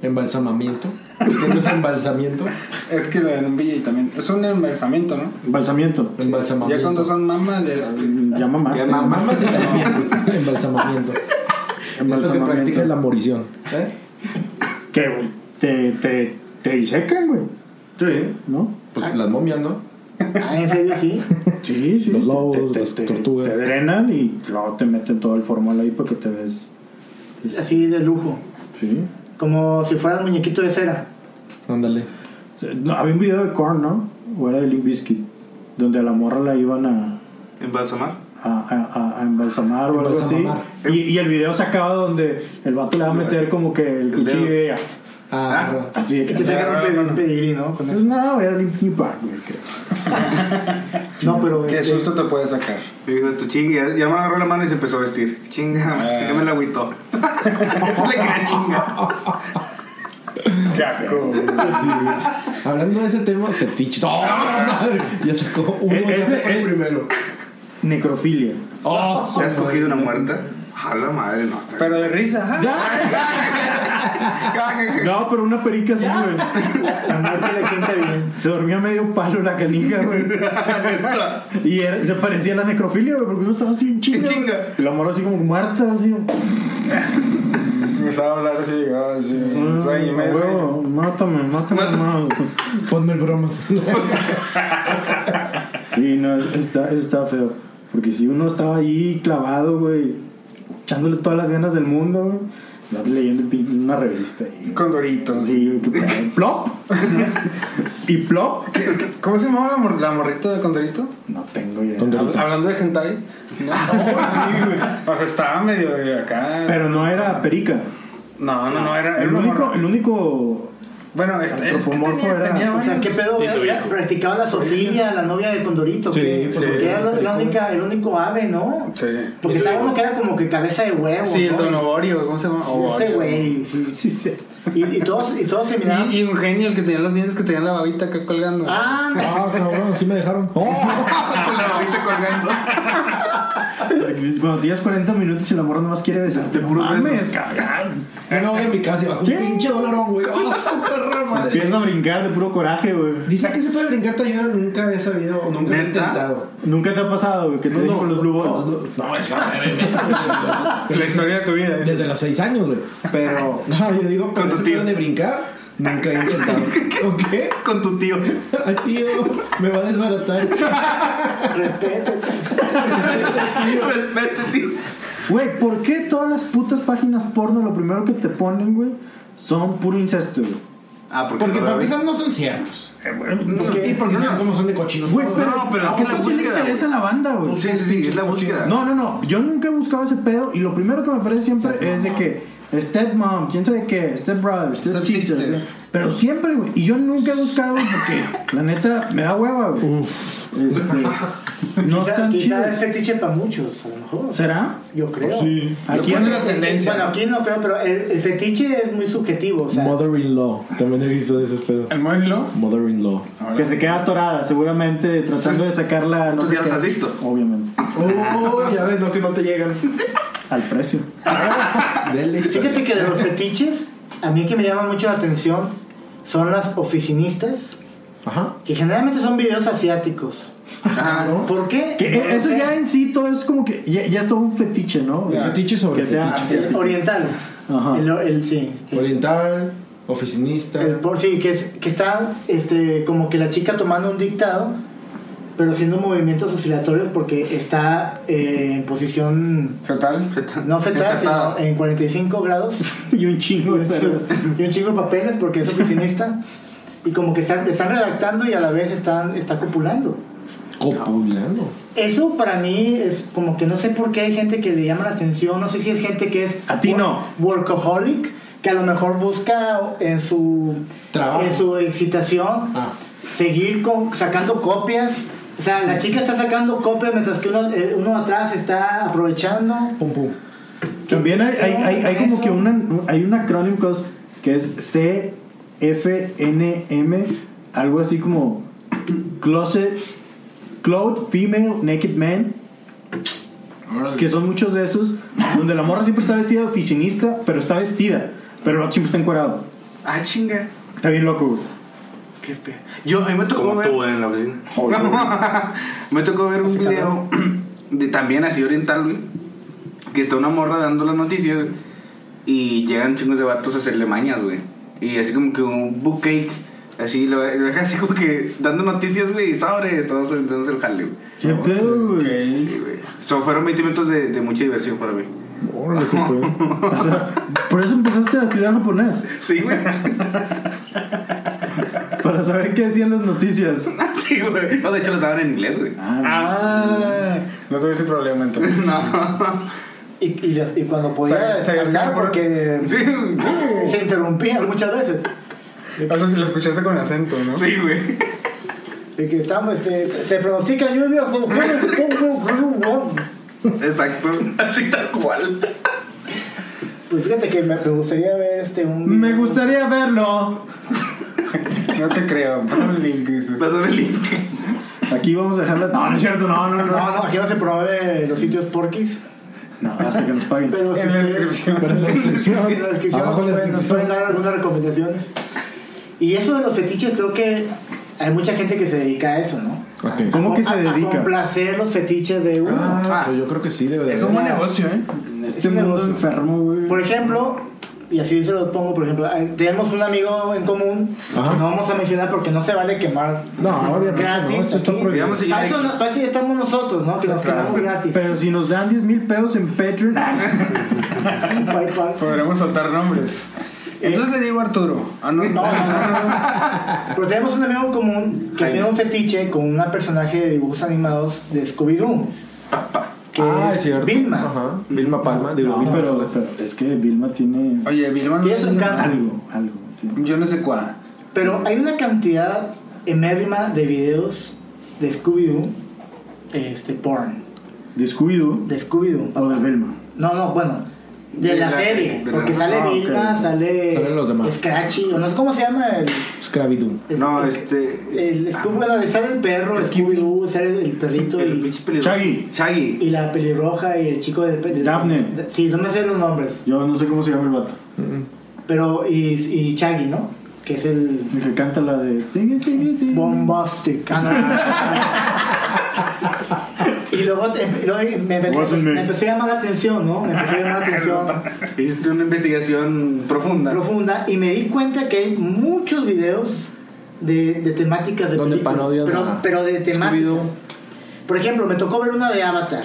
B: Embalsamamiento. ¿Qué no es embalsamiento?
G: Es que lo de un billete también. Es un embalsamiento, ¿no?
A: Embalsamiento.
B: Embalsamamiento.
G: Ya cuando son mamas, ya es que-
A: Llama más.
B: Te mamas y te mientes. Embalsamamiento. Esto que practica la morición. ¿eh?
A: Que te, te, te disecan, güey. Sí. ¿No?
B: Pues las momias, ¿no?
F: Ah, en serio, sí.
A: Sí, sí.
B: Los
A: te-
B: lobos, las tortugas.
A: Te drenan y luego te meten todo el formal ahí para que te ves.
F: Así de lujo.
A: Sí.
F: Como si fuera un muñequito de cera.
B: Ándale.
A: No, había un video de Korn, ¿no? O era de Limp Bizkit, donde a la morra la iban a,
C: ¿Embalsamar?
A: a, a- a- a embalsamar o algo así.
B: Embalsamar.
A: Y, y el video se acaba donde el vato le va a meter como que el
C: El
A: cuchillo
C: dedo.
A: y ella,
B: Ah,
C: Ah.
A: así de
F: Y
A: que.
F: te sacan un pedi- un pedigrí, ¿no? Con
A: Pues
F: eso.
A: nada, era Linkin Park, güey, creo.
F: No, pero.
G: ¿Qué
F: este,
G: susto te puede sacar?
C: Y digo, tu chingue, ya, ya me agarró la mano y se empezó a vestir. Chinga, ya me la agüitó. Eso le queda chinga.
B: Hablando de ese tema, fetiche. ¡Oh, madre! Ya sacó uno.
A: E-
B: ya
A: ese-
B: sacó el
A: e-
B: primero.
A: Necrofilia.
B: ¡Oh,
C: ¿Te has cogido una muerta? A la madre, no. está-
G: Pero de risa, ajá.
A: No, pero una perica sí, güey.
F: La muerte le siente bien.
A: Se dormía medio palo la canija, güey. y era- se parecía a la necrofilia, güey, porque uno estaba así en chinga.
C: En
A: güey.
C: chinga.
A: Y la morra así como muerta, así.
G: Empezaba a hablar así, llegaba así. Sueño,
A: "Ah,
G: medio sueño.
A: huevo, Mátame, mátame más.
B: Ponme el bromas.
A: Sí, no, eso está, eso está feo. Porque si uno estaba ahí clavado, güey, echándole todas las ganas del mundo, güey, andaba leyendo pin- una revista. ahí, güey.
G: Con doritos.
A: Sí, güey, qué pedo. plop. y plop.
G: ¿Cómo se llamaba la, mor- la morrita de Condorito?
A: No tengo idea.
G: Hab- Hablando de hentai. No, sí, güey. O sea, estaba medio de acá.
A: Pero no era perica.
G: no, no, no, era. era
A: El
G: una
A: único,
G: morra-
A: el único
G: Bueno, este, es que
A: Antropomorfo
G: tenía-
A: era-
G: tenía
F: O sea,
G: varios.
F: ¿qué pedo?
H: Y su
F: Ya
H: hijo.
F: Practicaban a Sofía, la novia de Condorito.
A: Sí,
F: ¿qué?
A: sí,
F: Porque era la- la
A: película.
F: única, el único ave, ¿no?
G: Sí.
F: Porque
H: Y su
F: estaba
H: hijo.
F: uno que era como que cabeza de huevo.
G: Sí, el
F: ¿no?
G: Don Oborio, ¿cómo se llama?
F: Ese
G: Oborio.
F: güey. sí.
A: Sí, sí.
F: Y, y todos, y todos se miraban.
G: Y, y un genio, el que tenía los dientes que tenía la babita acá colgando.
F: Ah, no.
B: Ah, cabrón, sí me dejaron.
G: con la babita colgando.
A: Cuando tienes 40 minutos y la morra nomás quiere besarte, puro mames, cabrón.
B: Yo me Ah, voy a mi casa y bajo un
A: Sí.
B: pinche dolarón, güey. ¡Oh, su perra madre!
A: Empieza a brincar de puro coraje, güey.
B: Dice que se puede brincar ayuda, nunca he sabido o nunca he
C: ¿Neta?
B: intentado.
A: Nunca te ha pasado, güey, que te den con los blue balls.
B: No, no, esa madre,
G: La historia de tu vida. ¿eh?
B: Desde los 6 años, güey. Pero, no, yo digo,
C: Con
B: pero
C: tu
B: ese
C: tío.
B: pedo de brincar, nunca he intentado. ¿O qué?
C: Con tu tío.
B: Ay, tío, me va a desbaratar.
C: Vete, tío.
A: Güey, ¿por qué todas las putas páginas porno lo primero que te ponen, güey, son puro incesto, güey?
C: Ah, porque,
B: Porque
C: no la
B: para
C: ves.
B: empezar no son ciertos.
C: sé.
B: Y porque
C: No,
B: saben
C: no.
B: cómo son de cochinos.
A: Güey,
C: No,
A: pero,
C: no, pero es
A: ¿a
C: que la
A: poco sí le
C: búsqueda,
A: interesa a la banda, güey?
C: Sí, sí, sí, es la búsqueda.
A: No, no, no. Yo nunca he buscado ese pedo y lo primero que me aparece siempre es de que stepmom, quién sabe qué, stepbrother, stepsister.
G: Stepsister.
A: ¿sí? Pero siempre, güey. Y yo nunca he buscado güey, porque la neta me da hueva, güey. Uf. no
F: Quizá-
A: están
F: Quizá
A: chidos.
F: es fetiche para muchos, a lo mejor.
A: ¿Será?
F: Yo creo.
A: Aquí
G: ¿Cuál es
A: en
G: la tendencia?
F: Bueno, aquí no creo, pero el, el fetiche es muy subjetivo. O sea,
B: Mother-in-law. También he visto de esos pedos.
G: El modelo.
B: Mother-in-law.
A: que se queda atorada, seguramente tratando de sacarla. No
C: Entonces
A: sé
C: ya los
A: qué.
C: has visto.
A: Obviamente.
B: Oh, ya ves, no, que no te llegan.
A: Al precio.
B: Dele.
F: fíjate que de los fetiches, a mí que me llama mucho la atención son las oficinistas,
B: Ajá.
F: que generalmente son videos asiáticos.
C: Ajá.
F: ¿Por qué?
A: Que,
F: No
A: eh, eso
F: sé.
A: ya en sí todo es como que ya, ya es todo un fetiche, ¿no?
B: El fetiche sobre
A: que sea
B: fetiche.
A: asiático.
F: Oriental.
A: Ajá.
F: El, el- sí.
B: Oriental, oficinista.
F: El por sí, que, es, que está este, como que la chica tomando un dictado, pero haciendo movimientos oscilatorios porque está eh, en posición
G: Total.
F: no fetal,
C: Encerrada.
F: sino en 45 grados.
A: y un chingo de cerveza.
F: y un chingo de papeles porque es oficinista. Y como que están, están redactando y a la vez están está copulando.
B: Copulando.
F: Eso para mí es como que no sé por qué hay gente que le llama la atención. No sé si es gente que es.
A: A ti
F: wor-
A: no.
F: Workaholic, que a lo mejor busca en su.
B: Trabajo.
F: En su excitación
B: Ah.
F: seguir con, sacando copias. O sea, la chica está sacando copias mientras que uno, eh, uno atrás está aprovechando.
B: Pum, pum.
A: También hay,
F: ¿Qué
A: hay, hay, hay como
F: eso?
A: que una, hay un acrónimo que es- que es CFNM, algo así como Closet, Cloud Female Naked Man, que son muchos de esos, donde la morra siempre está vestida de oficinista, pero está vestida, pero el vato siempre está encuerado.
C: Ah, chinga.
A: Está bien loco, güey.
C: Qué pe... Yo, a mí me tocó
H: Como
C: ver...
H: tú en la oficina.
C: me tocó ver un video de también así oriental, güey. Que está una morra dando las noticias güey, y llegan chingos de vatos a hacerle mañas, güey. Y así como que un bookcake, así lo lo deja así como que dando noticias, güey, y sobre, todos entonces el jale, güey.
A: ¿Qué pedo, güey?
C: Sí, güey. So, fueron 20 minutos de, de mucha diversión para mí.
B: Órale, qué pedo.
A: O sea, por eso empezaste a estudiar japonés,
C: Sí, güey.
A: para saber qué decían las noticias.
C: Sí, güey. No, de hecho lo daban en inglés, güey.
A: Ah,
G: Ah, no tuve ese problema entonces.
C: No.
F: Y, y, las- y cuando podía.
G: Se- se
F: hablar
G: descarga por-
F: porque.
C: Sí, güey.
F: Se interrumpían muchas veces.
G: O sea, que lo escuchaste con acento, ¿no?
C: Sí, güey.
F: De que estamos, este, se pronostica lluvia.
C: Exacto. Así tal cual.
F: Pues fíjate que me, me gustaría ver este un.
A: me gustaría verlo.
G: No te creo. Pásame el link, dices.
C: Pásame el link.
A: Aquí vamos a dejarla. No, no es cierto, no, no, no.
F: No, no, aquí no se promueve los sitios porquis.
A: No, hasta que nos paguen.
F: Pero si
G: En la
F: ustedes-
G: descripción.
B: Pero en la descripción.
F: en la descripción
B: Abajo en la
F: pueden- nos pueden
B: descripción.
F: dar algunas recomendaciones. Y eso de los fetiches, creo que hay mucha gente que se dedica a eso, ¿no?
B: Ok.
A: ¿Cómo que
F: A-
A: se
F: a- A
A: dedica?
F: complacer los fetiches de uno.
B: Ah, pues yo creo que sí, debe de
G: Es
B: haber.
G: un buen negocio, ¿eh?
A: Este mundo enfermo, güey.
F: Por ejemplo, y así se lo pongo, por ejemplo, eh, tenemos un amigo en común,
B: Ajá.
F: no vamos a mencionar porque no se vale quemar.
B: No, obviamente no,
F: Gratis,
B: esto está
F: aquí.
B: prohibido.
C: Digamos,
F: Para eso, no- para eso ya estamos nosotros, ¿no? Que nos quedamos gratis.
A: Pero si nos dan 10 mil pesos en Patreon. Ah, sí.
F: Bye, bye.
G: Podremos soltar nombres. Entonces le digo a Arturo. Ah, no.
F: No, Eh. no, no, no, no. Pero tenemos un amigo en común que tiene un fetiche con una personaje de dibujos animados de Scooby-Doo. Que
B: Ah,
F: es
B: es cierto.
F: Vilma.
B: Ajá. Vilma Palma. Digo,
A: No,
B: Vilma
A: pero, pero es que Vilma tiene
G: Oye, Vilma.
F: Tienes un
G: no-
F: can-
A: algo, algo. tiene.
G: Yo no sé cuál.
F: Pero hay una cantidad emérrima de videos de Scooby-Doo, este, porn.
A: De Scooby-Doo
F: De Scooby-Doo.
A: o de Velma.
F: No, no, bueno. De,
C: De
F: la,
C: la-
F: serie.
C: de la-
F: porque sale
A: ah, ok.
F: Vilma, sale.
B: Salen los demás.
F: Scratchy, o no sé cómo se llama el.
B: Scravidoo.
F: el-
C: No,
F: el-
C: este.
F: El Scooby, bueno, sale el perro, Scooby-Doo, sale el perrito
C: El
F: y,
C: pinche pelirrojo.
A: Shaggy.
C: Shaggy.
F: y la pelirroja y el chico del pelo.
A: Daphne.
F: Sí, no me sé los nombres.
A: Yo no sé cómo se llama el vato.
F: Pero, y, y Shaggy, ¿no? Que es el.
A: El que canta la de. "Tigui, tigui, tigui".
F: Bombastic. Ah, y luego, te- luego me, me- me-
A: Wasn't me.
F: me empezó a llamar la atención, ¿no? Me empezó a llamar la atención
C: Hiciste una investigación profunda.
F: profunda y me di cuenta que hay muchos videos de, de temáticas de
B: Donde
F: películas,
B: parodian
F: pero,
B: a
F: pero de temáticas.
C: Scooby-Doo.
F: Por ejemplo, me tocó ver una de Avatar.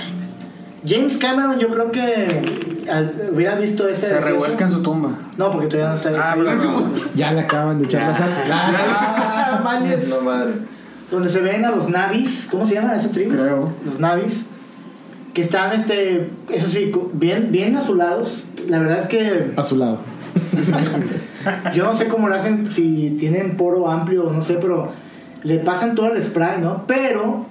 F: James Cameron, yo creo que al- hubiera visto ese.
G: Se
F: edificio.
G: revuelca en su tumba.
F: No, porque todavía Ah, no está.
G: Ah,
F: está ahí.
B: Ya le acaban de echar la sal. Ah, La- Valiendo madre.
F: donde se ven a los navis, ¿cómo se llaman esa tribu?
A: Creo.
F: Los navis, que están, este, eso sí, co- bien, bien azulados. La verdad es que
B: A su lado.
F: yo no sé cómo lo hacen, si tienen poro amplio, no sé, pero le pasan todo el spray, ¿no? Pero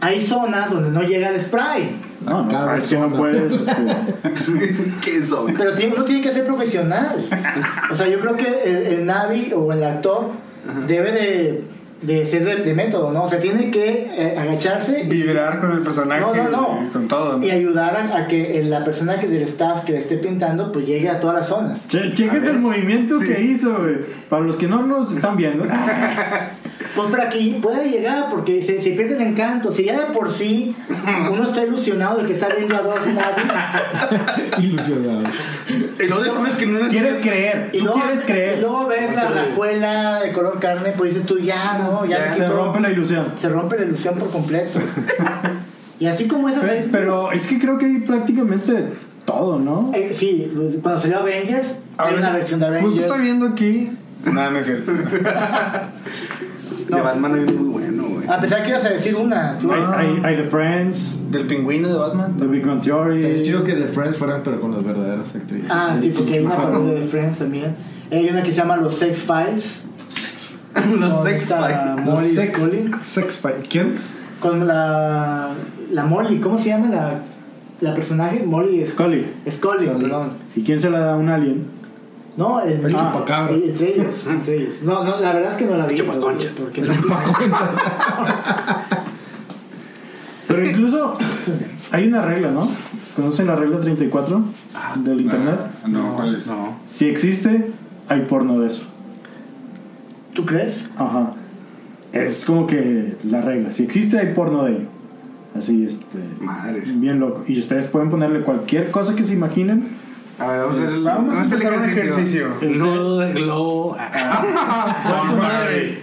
F: hay zonas donde no llega el spray.
A: No, no,
B: Cada
A: es que no
B: persona.
A: puedes. este,
C: ¿Qué son?
F: Pero tiene- uno tiene que ser profesional. O sea, yo creo que el, el Navi o el actor debe de, de ser de, de método, ¿no? O sea, tiene que eh, agacharse y
G: Vibrar con el personaje.
F: No, no, no.
G: y Con todo. ¿no?
F: y ayudar a, a que la persona que del staff que le esté pintando pues llegue a todas las zonas.
A: Che, chécate el movimiento que hizo, güey. Para los que no nos están viendo.
F: Pues para que pueda llegar, porque se, se pierde el encanto. Si ya de por sí uno está ilusionado de que está viendo a dos naves
B: Ilusionado.
C: Y lo descubres que no
A: Quieres creer,
F: y
A: tú
F: luego,
A: quieres
F: y
A: creer.
F: luego ves la rajuela de color carne, pues dices tú ya, no, ya, me
A: Se
F: quito".
A: rompe la ilusión.
F: se rompe la ilusión por completo. y así como esas...
A: Pe- Pero es que creo que hay prácticamente todo, ¿no?
F: eh, sí, cuando salió Avengers, hay una versión de Avengers.
G: Justo estoy viendo aquí. No, no es cierto.
C: De Batman hay uno muy bueno, güey.
F: A pesar que ibas a decir una, tú-
A: Hay, hay- hay The Friends,
G: Del pingüino de Batman.
A: The Big Bang
B: Sería
A: Theory.
B: chido que The Friends fueran, pero con las verdaderas actrices.
F: Ah, sí, porque hay una
B: Ajá.
F: parte de Friends también. Hay una que se llama Los Sex Files.
C: Los
F: con
C: sex
F: esta
C: fight.
B: Los
F: Molly
B: sex,
F: Scully.
B: sex fight. ¿Quién?
F: Con la. La Molly, ¿cómo se llama la, la personaje? Molly Scully.
A: Scully.
F: Scully,
B: Scully.
F: perdón.
A: ¿Y quién se la da a un alien?
F: No, el.
B: El
F: ah,
B: chupacabras.
F: el- Entre ellos, entre ellos. No, no, la verdad es que no la vi.
E: Chupaconchas.
F: porque no-
A: Pero incluso hay una regla, ¿no? ¿Conocen la regla 34
F: Ah,
A: del internet?
D: No, ¿cuál
G: pues,
D: es?
C: No.
A: Si existe, hay porno de eso.
F: ¿Tú crees?
A: Ajá. Es como que la regla. Si existe, hay porno de ello. Así, este.
C: Madre.
A: Bien loco. Y ustedes pueden ponerle cualquier cosa que se imaginen.
C: A ver, vamos a hacer
G: Vamos a empezar un ejercicio.
E: Glow de glow.
A: Pueden ponerle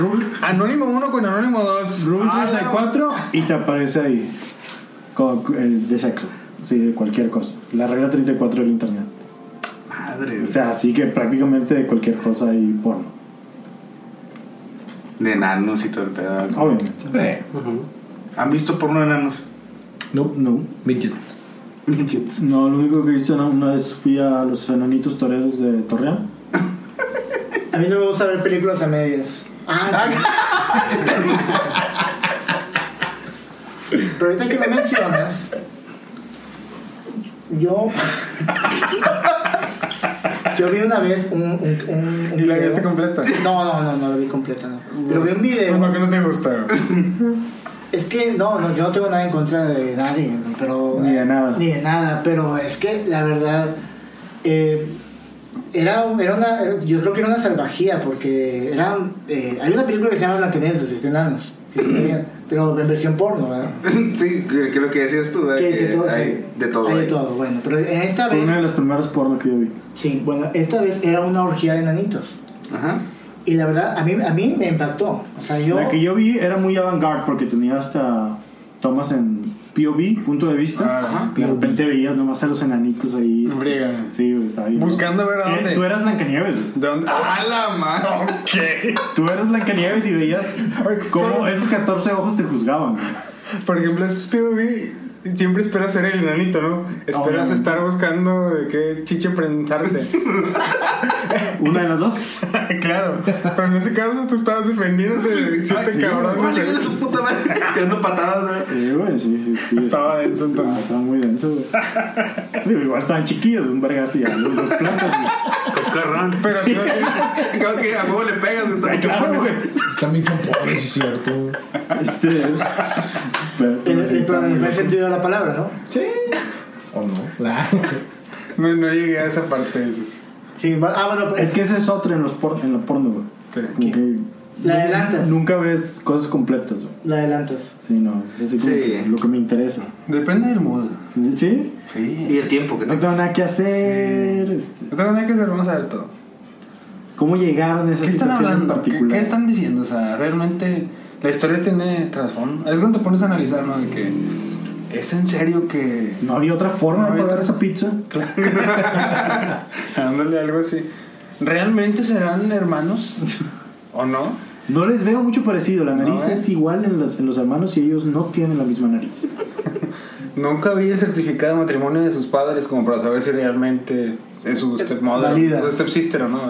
A: Rule,
G: Anónimo 1 con Anónimo 2.
A: rule 34 y te aparece ahí. Con, el de sexo. Sí, de cualquier cosa. La regla 34 del internet.
C: Madre.
A: O sea, así que prácticamente de cualquier cosa hay porno.
C: De enanos y todo el pedo.
A: Obviamente.
B: Eh,
C: ¿Han visto porno de enanos?
A: No, no.
B: midgets.
C: Midgets.
A: No, lo único que he visto no, una vez fui a los enanitos toreros de Torreón.
F: A mí no me gusta ver películas a medias. Ah, Pero ahorita que lo mencionas, yo. Yo vi una vez un. un, un- un
G: ¿Y la
F: video.
G: viste completa?
F: No, no, no, no la vi completa, no. Pero vi un video.
G: Pues no, que no te gusta.
F: Es que no, no, yo no tengo nada en contra de nadie, pero.
A: Ni de nada.
F: Ni de nada, pero es que la verdad. eh, era, un- era una. Yo creo que era una salvajía, porque era. eh, hay una película que se llama Blancanieves, los siete enanos. que está bien, pero en versión porno, ¿verdad?
C: sí, que que lo que decías tú, ¿verdad?
F: Que de todo, sí.
C: hay de todo.
F: Hay de
C: ahí.
F: todo, bueno. Pero en esta
A: Fue
F: vez.
A: una de las primeras porno que yo vi.
F: Sí, bueno, esta vez era una orgía de enanitos.
C: Ajá.
F: Y la verdad, a mí, a mí me impactó. O sea, yo.
A: La que yo vi era muy avant-garde porque tenía hasta tomas en POV, punto de vista.
G: Ajá.
A: Y de repente veías nomás a los enanitos ahí. este,
G: Briga.
A: Sí, güey, estaba bien.
G: Buscando ver a
A: Eh,
G: dónde.
A: Tú eras Blancanieves. güey.
G: ¿De dónde? ¡A la mano! ¿Qué?
A: Tú eras Blancanieves y veías cómo
G: pero-
A: esos 14 ojos te juzgaban. güey.
G: Por ejemplo, es POV. Siempre esperas ser el enanito, ¿no? Esperas
A: Obviamente.
G: estar buscando de qué chiche prensarse.
A: Una de las dos.
G: claro. Pero en ese caso tú estabas defendiendo de siete
C: Ay,
G: cabrones.
C: Oye, mira su puta madre. Te dando patadas, güey.
A: Sí, güey, sí, sí, sí.
G: Estaba denso
A: estaba-
G: entonces.
A: Estaba muy denso, güey. Digo, igual estaban chiquillos, un vergazo ya. Los dos plantas, güey.
E: Pues carrón.
G: Pero sí,
C: Creo que a huevo le pegas, güey.
A: Ay, claro, güey.
B: Están bien campones, sí, es cierto.
A: Este. Pero, pero
F: En,
A: sí
F: en,
A: estaba muy
F: el buen
A: denso.
F: sentido de la palabra, ¿no?
B: Sí. ¿O no? Ah. La-
G: no, no llegué a esa parte. dices.
F: Sí, va- ah, bueno,
A: Es
F: pues,
A: que ese es otro en, los por- en la porno, güey. Como que
F: la adelantas.
A: nunca ves cosas completas, güey.
F: La adelantas.
A: Sí, no, es así como
C: Sí.
A: que lo que me interesa.
G: Depende del mood.
A: ¿Sí?
C: Y el tiempo que
A: No
C: te.
A: tengo nada que hacer. este,
G: Yo también hay que ser, vamos a ver todo.
A: ¿Cómo llegaron a esa
G: ¿Qué están
A: situación en
G: hablando? ¿Qué,
A: particular?
G: qué están diciendo? O sea, realmente la historia tiene trasfondo. Es cuando te pones a analizar, ¿no? De que es en serio que.
A: No había otra forma
G: No
A: de
G: había
A: pagar
G: otra-
A: esa pizza.
G: Dándole algo así. ¿Realmente serán hermanos? ¿O no?
A: No les veo mucho parecido. La
G: No,
A: nariz
G: ¿eh?
A: es igual en los, en los hermanos y ellos no tienen la misma nariz.
G: Nunca vi el certificado de matrimonio de sus padres como para saber si realmente es su stepmother,
F: Valida.
G: su stepsister o no.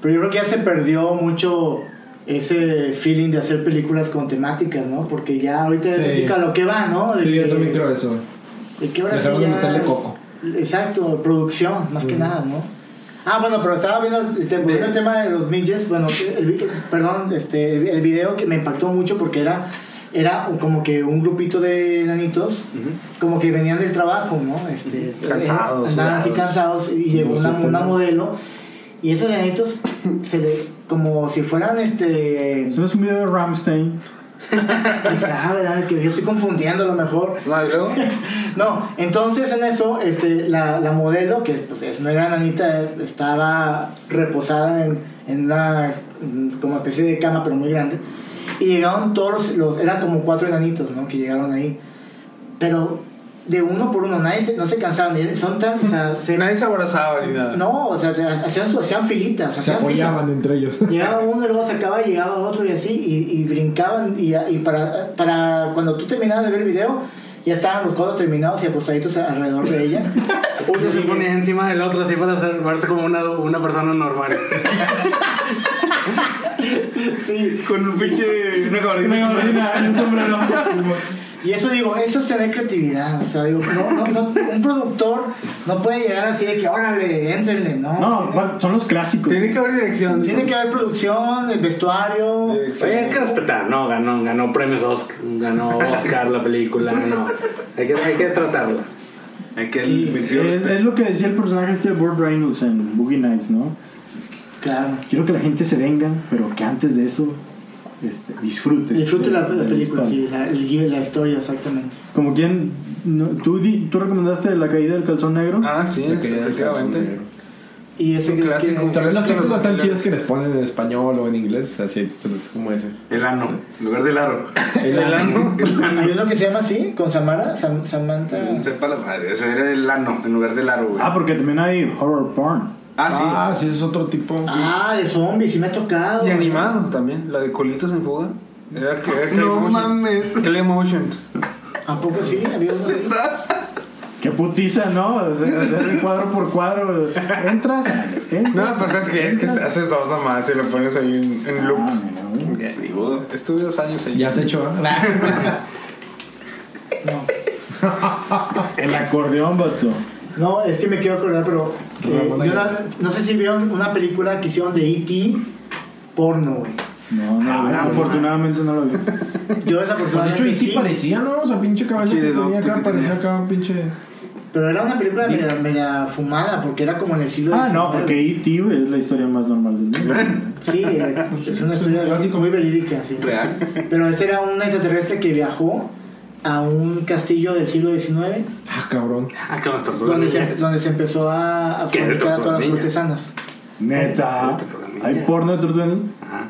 F: Pero yo creo que ya se perdió mucho ese feeling de hacer películas con temáticas, ¿no? Porque ya ahorita es
B: Sí.
F: así a lo que va, ¿no? De
B: Sí, yo
F: que-
B: también creo eso.
F: ¿De qué hora
B: Dejaron
F: sí
B: de
F: ya-
B: meterle coco. Mm.
F: Exacto, producción, más que nada, ¿no? Ah, bueno, pero estaba viendo el, te- volviendo al tema de los midgets, bueno, el vi- perdón, este, el- el video que me impactó mucho porque era, era como que un grupito de nanitos, como que venían del trabajo, ¿no? Este,
G: Cansados,
F: eh, Andaban así
G: sudados.
F: cansados y llegó
B: Como
F: una,
B: siete,
F: una
B: ¿no?
F: modelo y esos nanitos se le, como si fueran, este,
A: Eso es un video de Ramstein.
F: quizá, ¿verdad? Que yo estoy confundiendo a lo mejor.
G: No, y luego.
F: No, entonces en eso, este, la, la modelo, que pues, es- no era nanita, eh, estaba reposada en, en una mm, como especie de cama, pero muy grande. Y llegaron todos los, los- eran como cuatro enanitos, ¿no? Que llegaron ahí. Pero de uno por uno, nadie se, no se cansaban. ni- Son tan, o sea, se-
G: Nadie se abrazaba ni nada.
F: no, o sea, te- hacían, su- hacían filitas.
B: Se
F: hacían
B: apoyaban entre ellos.
F: Llegaba uno, y luego sacaba, y llegaba otro y así, y, y brincaban. Y, y para, para cuando tú terminabas de ver el video, ya estaban los cuatro terminados y acostaditos alrededor de ella.
E: Uno se ponía encima del otro así para hacer verse como una, una persona normal.
F: Sí.
C: Con un pinche. Una gabardina.
F: Y eso digo, eso es tener creatividad. O sea, digo, no, no, no, un productor no puede llegar así de que, órale, éntrenle, no.
A: No, bueno, son los clásicos.
G: Tiene que haber dirección.
F: Tiene que haber producción, el vestuario.
G: Dirección.
E: Oye, hay que respetar, no, ganó, ganó premios Oscar, ganó Oscar la película, no. Hay que, hay que tratarla.
C: Hay que
A: Sí, es, es lo que decía el personaje este de Burt Reynolds en Boogie Nights, ¿no?
F: Claro.
A: Quiero que la gente se venga, pero que antes de eso este, disfrute.
F: Disfrute la, la
A: de- de
F: película,
A: historia.
F: sí, la, el guion, la historia, exactamente.
A: Como quien, no, ¿tú, di- tú recomendaste la caída del calzón negro.
G: Ah, sí, efectivamente.
F: Y ese
G: Un
F: que-
G: clásico.
F: que-
B: Tal vez los textos
G: Los
B: están
G: bailarines.
B: chidos que les ponen en español o en inglés. O sea, sí, pues, es como ese.
C: El ano. En lugar del aro.
B: El ano.
F: Hay uno que se llama así, con Samara, Sam- Samantha.
C: Mm, Sepa la madre. Eso era el ano en lugar del aro, güey.
A: Ah, porque también hay horror porn.
C: Ah, sí.
B: Ah, sí, ese es otro tipo.
F: Ah, de zombies, sí me ha tocado.
G: Y animado también, la de Colitos en Fuga. Era que era
C: No
G: Claymotion.
C: mames.
G: Claymotion.
F: ¿A poco sí? Había uno así.
A: Qué putiza, ¿no? O sea, Hacer el cuadro por cuadro. Entras, entras.
G: No, pues es que, es que
A: entras.
G: haces dos nomás y lo pones ahí en, en loop.
A: Ah, mira, güey.
C: Digo,
G: Estuve dos años ahí.
B: Ya se echó. ¿ah?
A: Ah, El acordeón, vato.
F: No, es que me quiero acordar, pero. eh,
B: Ramona
F: yo la-
B: Ayala.
F: no sé si vieron una película que hicieron de E.T. porno, güey.
A: No, no,
F: Ah, no,
A: afortunadamente no lo vi.
F: Yo
B: Pues de
F: desafortunadamente.
B: hecho, y sí
F: sí,
B: parecía, ¿no? O sea, pinche caballo
C: Sí, de
B: que tenía
C: doctor
B: acá,
C: que
B: parecía
C: tenía.
B: acá, pinche.
F: Pero era una película media, media fumada, porque era como en el siglo
A: Ah, no,
F: XIX.
A: porque E.T. güey, es la historia más normal del mundo.
F: Sí, eh, es una historia
B: Clásico.
F: muy verídica, sí.
C: real.
F: Pero este era un extraterrestre que viajó a un castillo del siglo XIX.
B: Ah, cabrón.
E: Ah, que nos torturan.
F: donde se, donde se empezó a, a
E: ¿Qué?
F: fabricar a todas las
E: Tortuga
F: cortesanas.
A: Neta. Hay porno de tortugas.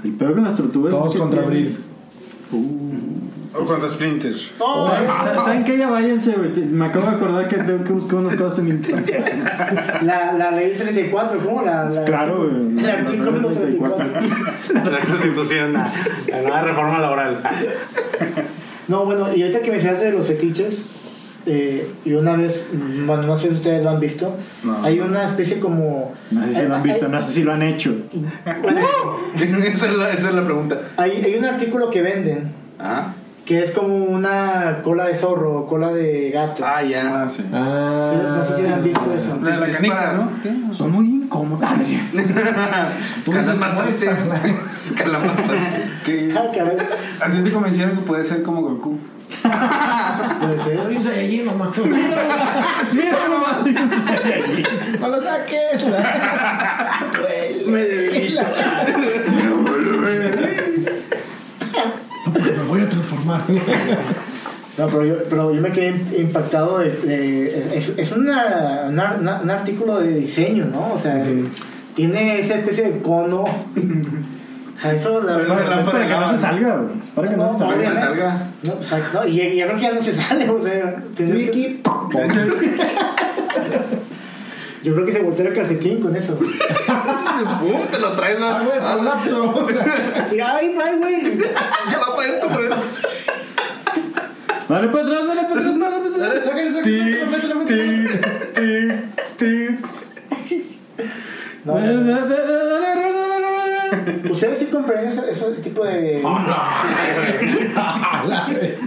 A: El peor con las tortugas.
B: Todos
A: es que
B: contra
A: tienen-
B: Abril.
G: O contra Splinter.
A: O sea, ¿Saben, ¿saben qué? Ya váyanse, güey. Te- Me acabo de acordar que tengo que buscar unas cosas en internet.
F: La, la ley 34, ¿cómo? La, la-
A: Claro, güey.
F: El artículo 34.
E: La constitución, la, la nueva reforma laboral.
F: No, bueno, y ahorita que mencionaste de los fetiches, eh, y una vez, bueno, no sé si ustedes lo han visto, hay una especie como...
A: No sé si lo han visto,
F: hay,
A: no sé si lo han hecho.
C: esa, es la, esa es la pregunta.
F: hay- hay un artículo que venden
C: Ah,
F: que es como una cola de zorro, cola de gato.
C: ah ya.
D: Ah, sí.
F: Sí, No
B: Ah,
F: sé si han visto eso.
C: La de la canica, ¿no?
A: Son muy incómodos. Ah, no es cierto.
C: Calamarte. Calamarte.
D: Que-
F: Ah, caray.
D: Así te convencieron que puede ser como Goku.
F: Puede ser.
B: soy un Saiyajin, mamá. ¡No
A: Mira nomás, hay un Saiyajin.
B: lo saques! Duele.
A: Me debilito.
B: Me voy a transformar.
F: No, pero yo, pero yo me quedé impactado de... de- es es una, una- una- un artículo de diseño, ¿no? O sea, tiene esa especie de cono. O sea, eso la
A: Es para- es para que no se salga, güey. Es para que no se
F: No,
A: salga.
C: Que
F: obvio.
C: salga.
F: No, o sea, no, y ya, ya creo que ya no se sale, o sea... tienes que-
B: Wiki.
F: Yo creo que se volteó el calcetín con eso.
C: ¡Pum! Te lo traes, ¿no?
B: Ah, güey,
C: Ah,
B: colapso.
F: Y, ¡Ay, ay, güey!
C: Ya va para adentro, güey.
A: Dale para atrás, dale para atrás, dale para atrás.
B: Sácale, sácale, sácale, métele, métele.
F: No,
A: Dale,
F: no, no.
A: dale, dale, dale, dale, dale.
F: ¿Ustedes sí comprarían ese, ese tipo de...?
B: A la madre.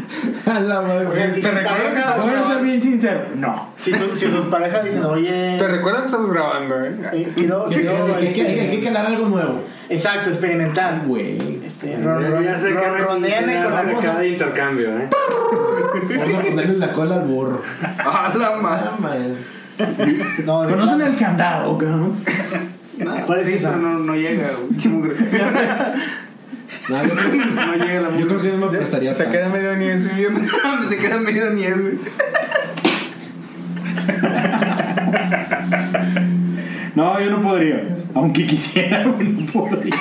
B: A la
F: O sea,
B: madre.
F: si sus parejas-
A: Voy a ser bien sincero. No.
F: Si, tu- si sus parejas dicen, oye,
G: Te recuerdo que estamos grabando, ¿eh?
F: eh, quiero,
B: Que-
F: quiero,
B: que- que- que-
F: este,
B: que- Hay que calar algo nuevo.
F: exacto, experimentar.
B: Güey.
F: Este, ron- ron-
E: Ya sé que
F: ronroneame
E: tiene
F: con la
E: algo
F: cosa.
E: acá de intercambio, ¿eh?
B: Vamos a ponerle la cola al burro.
C: ¡A la madre!
B: Ah, madre.
F: No, de
A: Conocen
F: plano.
A: el candado, cabrón.
F: ¿Cuál es
C: Sí,
F: esa?
C: pero no, no llega, güey. Chimugre.
B: No, yo creo-
C: No llega la
B: Yo creo que no me prestaría
G: Se
B: tanto.
G: queda medio ni es
C: mujer. Se queda medio nieve, güey.
A: No, yo no podría. Aunque quisiera, güey, no podría.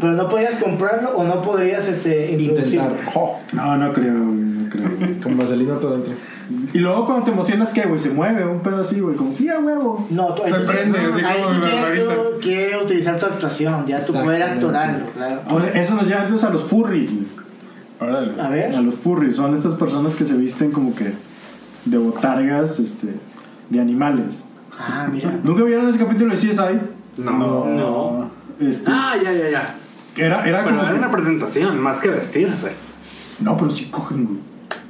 F: Pero no podías comprarlo o no podrías este, introducirlo.
B: Intentar. Jo,
A: Oh. No, no creo, güey, no creo. güey.
B: Con vaselina todo dentro.
A: Y luego cuando te emocionas, ¿qué, güey? Se mueve un pedo así, güey. Como, sí, a huevo.
F: No, tú, ahí
G: Se
F: tú-
G: prende, así
F: ahí
G: como
F: tú
G: las
F: tienes tú
G: varitas.
F: que utilizar tu actuación, ya tú poder
B: Exactamente.
F: actuarlo, claro.
A: O sea, eso nos lleva entonces a los furries, güey.
B: Órale.
F: A
A: A
F: ver,
A: los furries. Son estas personas que se visten como que de botargas, este, de animales.
F: ah, mira.
A: ¿Nunca vieron ese capítulo de CSI?
C: No.
A: No. Este,
E: Ah, ya, ya, ya.
A: era, era
E: Pero
A: como
E: era
A: que-
E: una presentación, más que vestirse.
A: No, pero sí cogen, güey.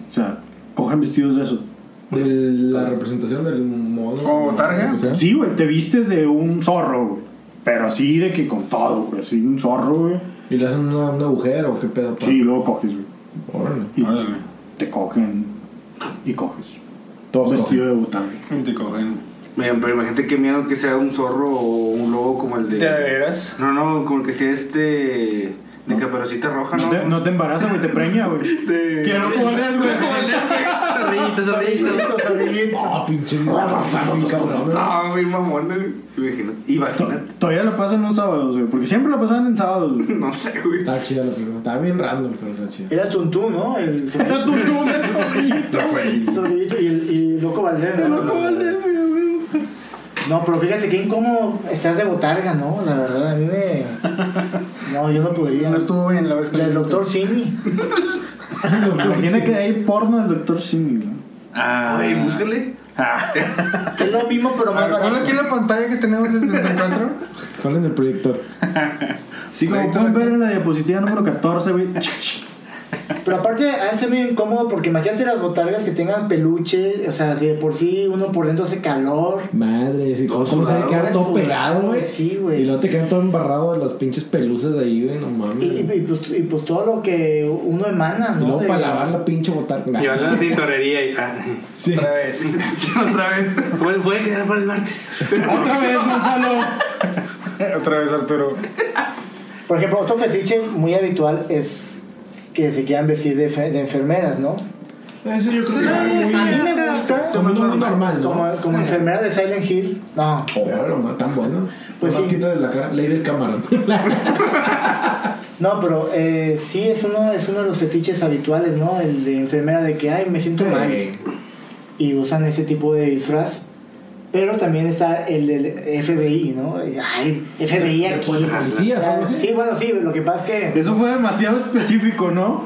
A: O sea, cogen vestidos de eso.
B: De la representación del mono.
G: ¿Como targa?
B: O sea,
A: Sí, güey, te vistes de un zorro, güey. Pero así de que con todo, güey. Así un zorro, güey.
B: ¿Y le hacen una, un agujero o qué pedo? pa?
A: Sí, y luego coges, güey.
B: Órale.
A: Y te cogen y coges.
B: Todos
A: vestido de botán, güey.
C: Miren, pero imagínate qué miedo que sea un zorro o un lobo como el de.
G: ¿De veras?
C: No, no, como el que sea este. De caperucita roja,
A: No
C: ¿no?
A: te, no te embaraza, güey, te preña, güey. Quiero no jodes, güey.
E: Zorrillitos, zorrillitos, zorrillitos.
B: Ah, pinches disfraces bien cabrones.
C: No, Ah, güey, mamones. Imagínate. Imagínate.
A: To- Todavía la pasan los sábados, güey. Porque siempre la pasaban en sábados, güey.
C: No sé, güey.
B: Está chida la película. Está bien random, pero está chida.
F: Era Tuntún, ¿no? El
A: Era tu tú, güey, zorrillito, güey.
F: zorrillito y, el- y Loco Valdés. ¿no? No, pero fíjate que incómodo estás de botarga, ¿no? La verdad, a mí me. No, yo no podría.
G: No estuvo bien la vez que lo
F: El
G: hiciste.
F: doctor Simi.
A: Imagina que de ahí porno del doctor Simi, güey.
C: Ah. Oye, búscale.
F: Es lo mismo, pero
G: A
F: más
G: ver, ponlo
F: barato.
G: aquí en la pantalla que tenemos de 64.
B: ¿Cuál en el proyector?
A: Sí, como pueden ver en la diapositiva número 14, güey.
F: Pero aparte, ha de ser medio incómodo porque imagínate las botargas que tengan peluche. O sea, si de por sí uno por dentro hace calor.
B: Madre, sí, ¿cómo, cómo se va a quedar
F: sudado,
B: todo pegado, güey?
F: sí, güey.
B: Y luego te queda todo embarrado de las pinches pelusas de ahí, güey, no mames.
F: Y,
B: Y,
F: y- y pues, y pues todo lo que uno emana, ¿no?
B: luego
F: De-
B: para lavar la pinche botarga.
E: Y hablando de tintorería y. ah,
B: Sí.
G: Otra vez.
C: Otra vez.
E: Puede puede quedar para el martes.
A: Otra vez, Gonzalo.
G: Otra vez, Arturo.
F: Por ejemplo, otro fetiche muy habitual es que se quieran vestir de, fe- de enfermeras, ¿no?
B: Eso yo creo
F: A
B: que es
F: mí me gusta.
B: Como un mundo normal, ¿no?
F: Como, como enfermera de Silent Hill. No.
B: Pero no, tan bueno.
F: Pues
B: Pues
F: sí.
B: sí. quítale la cara. Ley del camarón.
F: No, pero eh, sí es uno, es uno de los fetiches habituales, ¿no? El de enfermera de que, ay, me siento mal. Y usan ese tipo de disfraz. Pero también está el del FBI, ¿no? Ay, FBI
B: pues De- de
F: aquí.
B: policías,
F: O sea,
B: algo así.
F: Sí, bueno, sí, lo que pasa es que...
A: Eso fue demasiado específico, ¿no?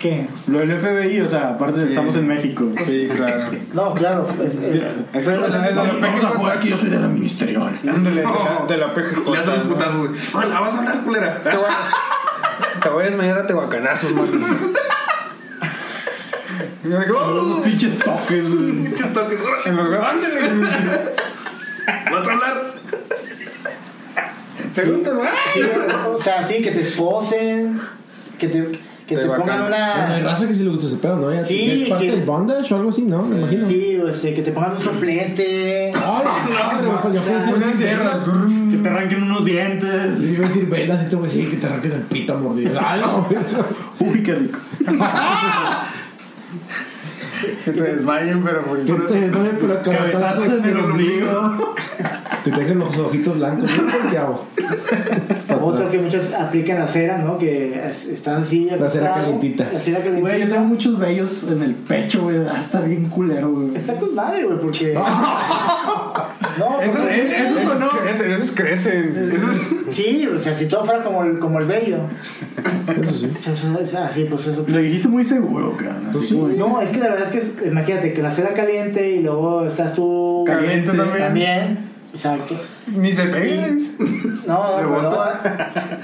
F: ¿Qué?
A: Lo del FBI, o sea, aparte
G: Sí.
A: estamos en México.
G: Sí, claro.
F: No, claro. es- es-
G: Esa es la de la
A: Vamos a
G: PGJ.
A: jugar que yo soy de la ministerial.
G: Ándale, de la- de la PGJ.
C: Le hacen un
G: ¿no?
C: putazo, güey. Hola, vas a hablar, culera.
G: Te voy a- Te voy a desmayar a tehuacanazos, man. Mira que-
A: Los pinches toques, güey.
C: Pinches toques, órale,
G: En los ándale.
C: Vas a hablar.
G: ¿Te gusta, güey?
F: sí, o sea, sí, que te esposen, que te, que
G: De
F: te pongan
G: bacán.
B: Bueno, hay
F: una...
B: raza que sí le gusta ese pedo, ¿no? Ya-
F: Sí,
B: es parte
F: que-
B: del bondage o algo así, ¿no? Me imagino. Ah,
F: Sí, o este, que te pongan un soplete.
B: Ay, madre, pues ya fue
G: Una
B: decir
G: sierra.
B: velas.
A: Que te arranquen unos dientes.
B: Sí, iba a decir velas y te voy a decir que te arranques el pito a mordidas. Ah, no,
A: Uy, qué rico.
G: Que te desmayen, pero pues.
B: Que te doy por la cabeza.
A: Cabezazos en el ombligo.
B: Que te dejen los ojitos blancos. bien volteados.
F: Otro que muchos aplican la cera, ¿no? Que es- están así...
B: La cera
F: aplastado,
B: calientita.
F: La cera
A: Güey, yo
F: calentita.
A: tengo muchos vellos en el pecho, güey. Ah, está bien culero, güey.
F: Está con madre, güey, porque... No,
G: Esos,
F: porque-
G: esos, crecen, esos crecen. Esos-
F: Sí, o sea, si todo fuera como el, como el bello.
B: Eso sí.
F: O sea, o sea, sí, pues eso.
A: Lo dijiste muy seguro, cabrón. así
B: Pues sí.
A: como-
F: No, es que la verdad es que, imagínate, que la cera caliente y luego estás tú...
A: Caliente
F: también.
A: también.
F: Exacto.
G: Ni se pegues.
F: No, no, no,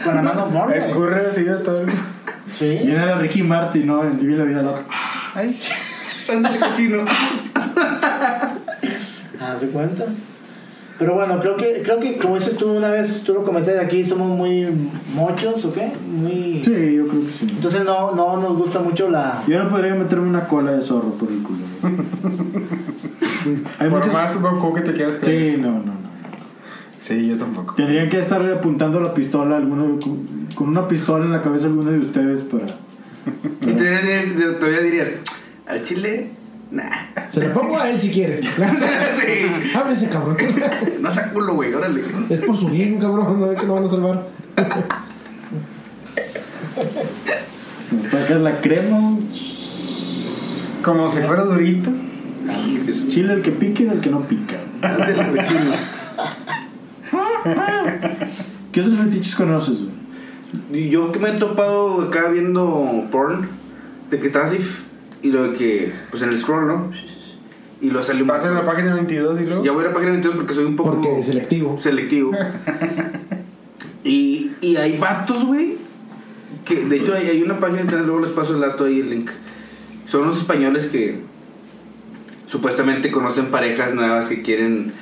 F: con la mano morra.
G: Escurre así a todo el.
A: Y
F: Sí.
A: era Ricky Martin, ¿no? En Vive la Vida Loca.
G: Ay,
C: Ándale, cochino.
F: Haz de cuenta. Pero bueno, creo que, creo que como dices tú una vez, tú lo comentaste aquí, somos muy mochos, ¿o qué? Muy...
A: Sí, yo creo que sí.
F: Entonces no, no nos gusta mucho la...
A: Yo no podría meterme una cola de zorro por el culo. güey. Hay
G: por
A: muchos-
G: más Goku que te quieras creer.
A: Sí, no, no, no.
G: Sí, yo tampoco.
A: Tendrían que estarle apuntando la pistola a alguno, con una pistola en la cabeza a alguno de ustedes para.
C: Y tú eres de- de- todavía dirías, al chile, nah.
B: Se la pongo a él si quieres.
C: sí.
B: Ábrese, cabrón.
C: No sea culo, güey, órale.
B: Es por su bien, cabrón. No ve que lo van a salvar.
A: Se sacas la crema,
G: Como si fuera durito.
A: chile el que pique y el que no pica.
C: Ándale, cochino.
A: ¿Qué otros fetiches conoces, güey?
C: Y Yo que me he topado acá viendo porn, de que estaba así, y lo de que, pues en el scroll, ¿no? Y lo salió un
G: Pasa en la página 22 y luego.
C: Ya voy a la página 22 porque soy un poco
B: Porque es selectivo.
C: selectivo. y, y hay vatos, güey. Que de hecho hay, hay una página de internet, luego les paso el dato ahí el link. Son los españoles que supuestamente conocen parejas nuevas que quieren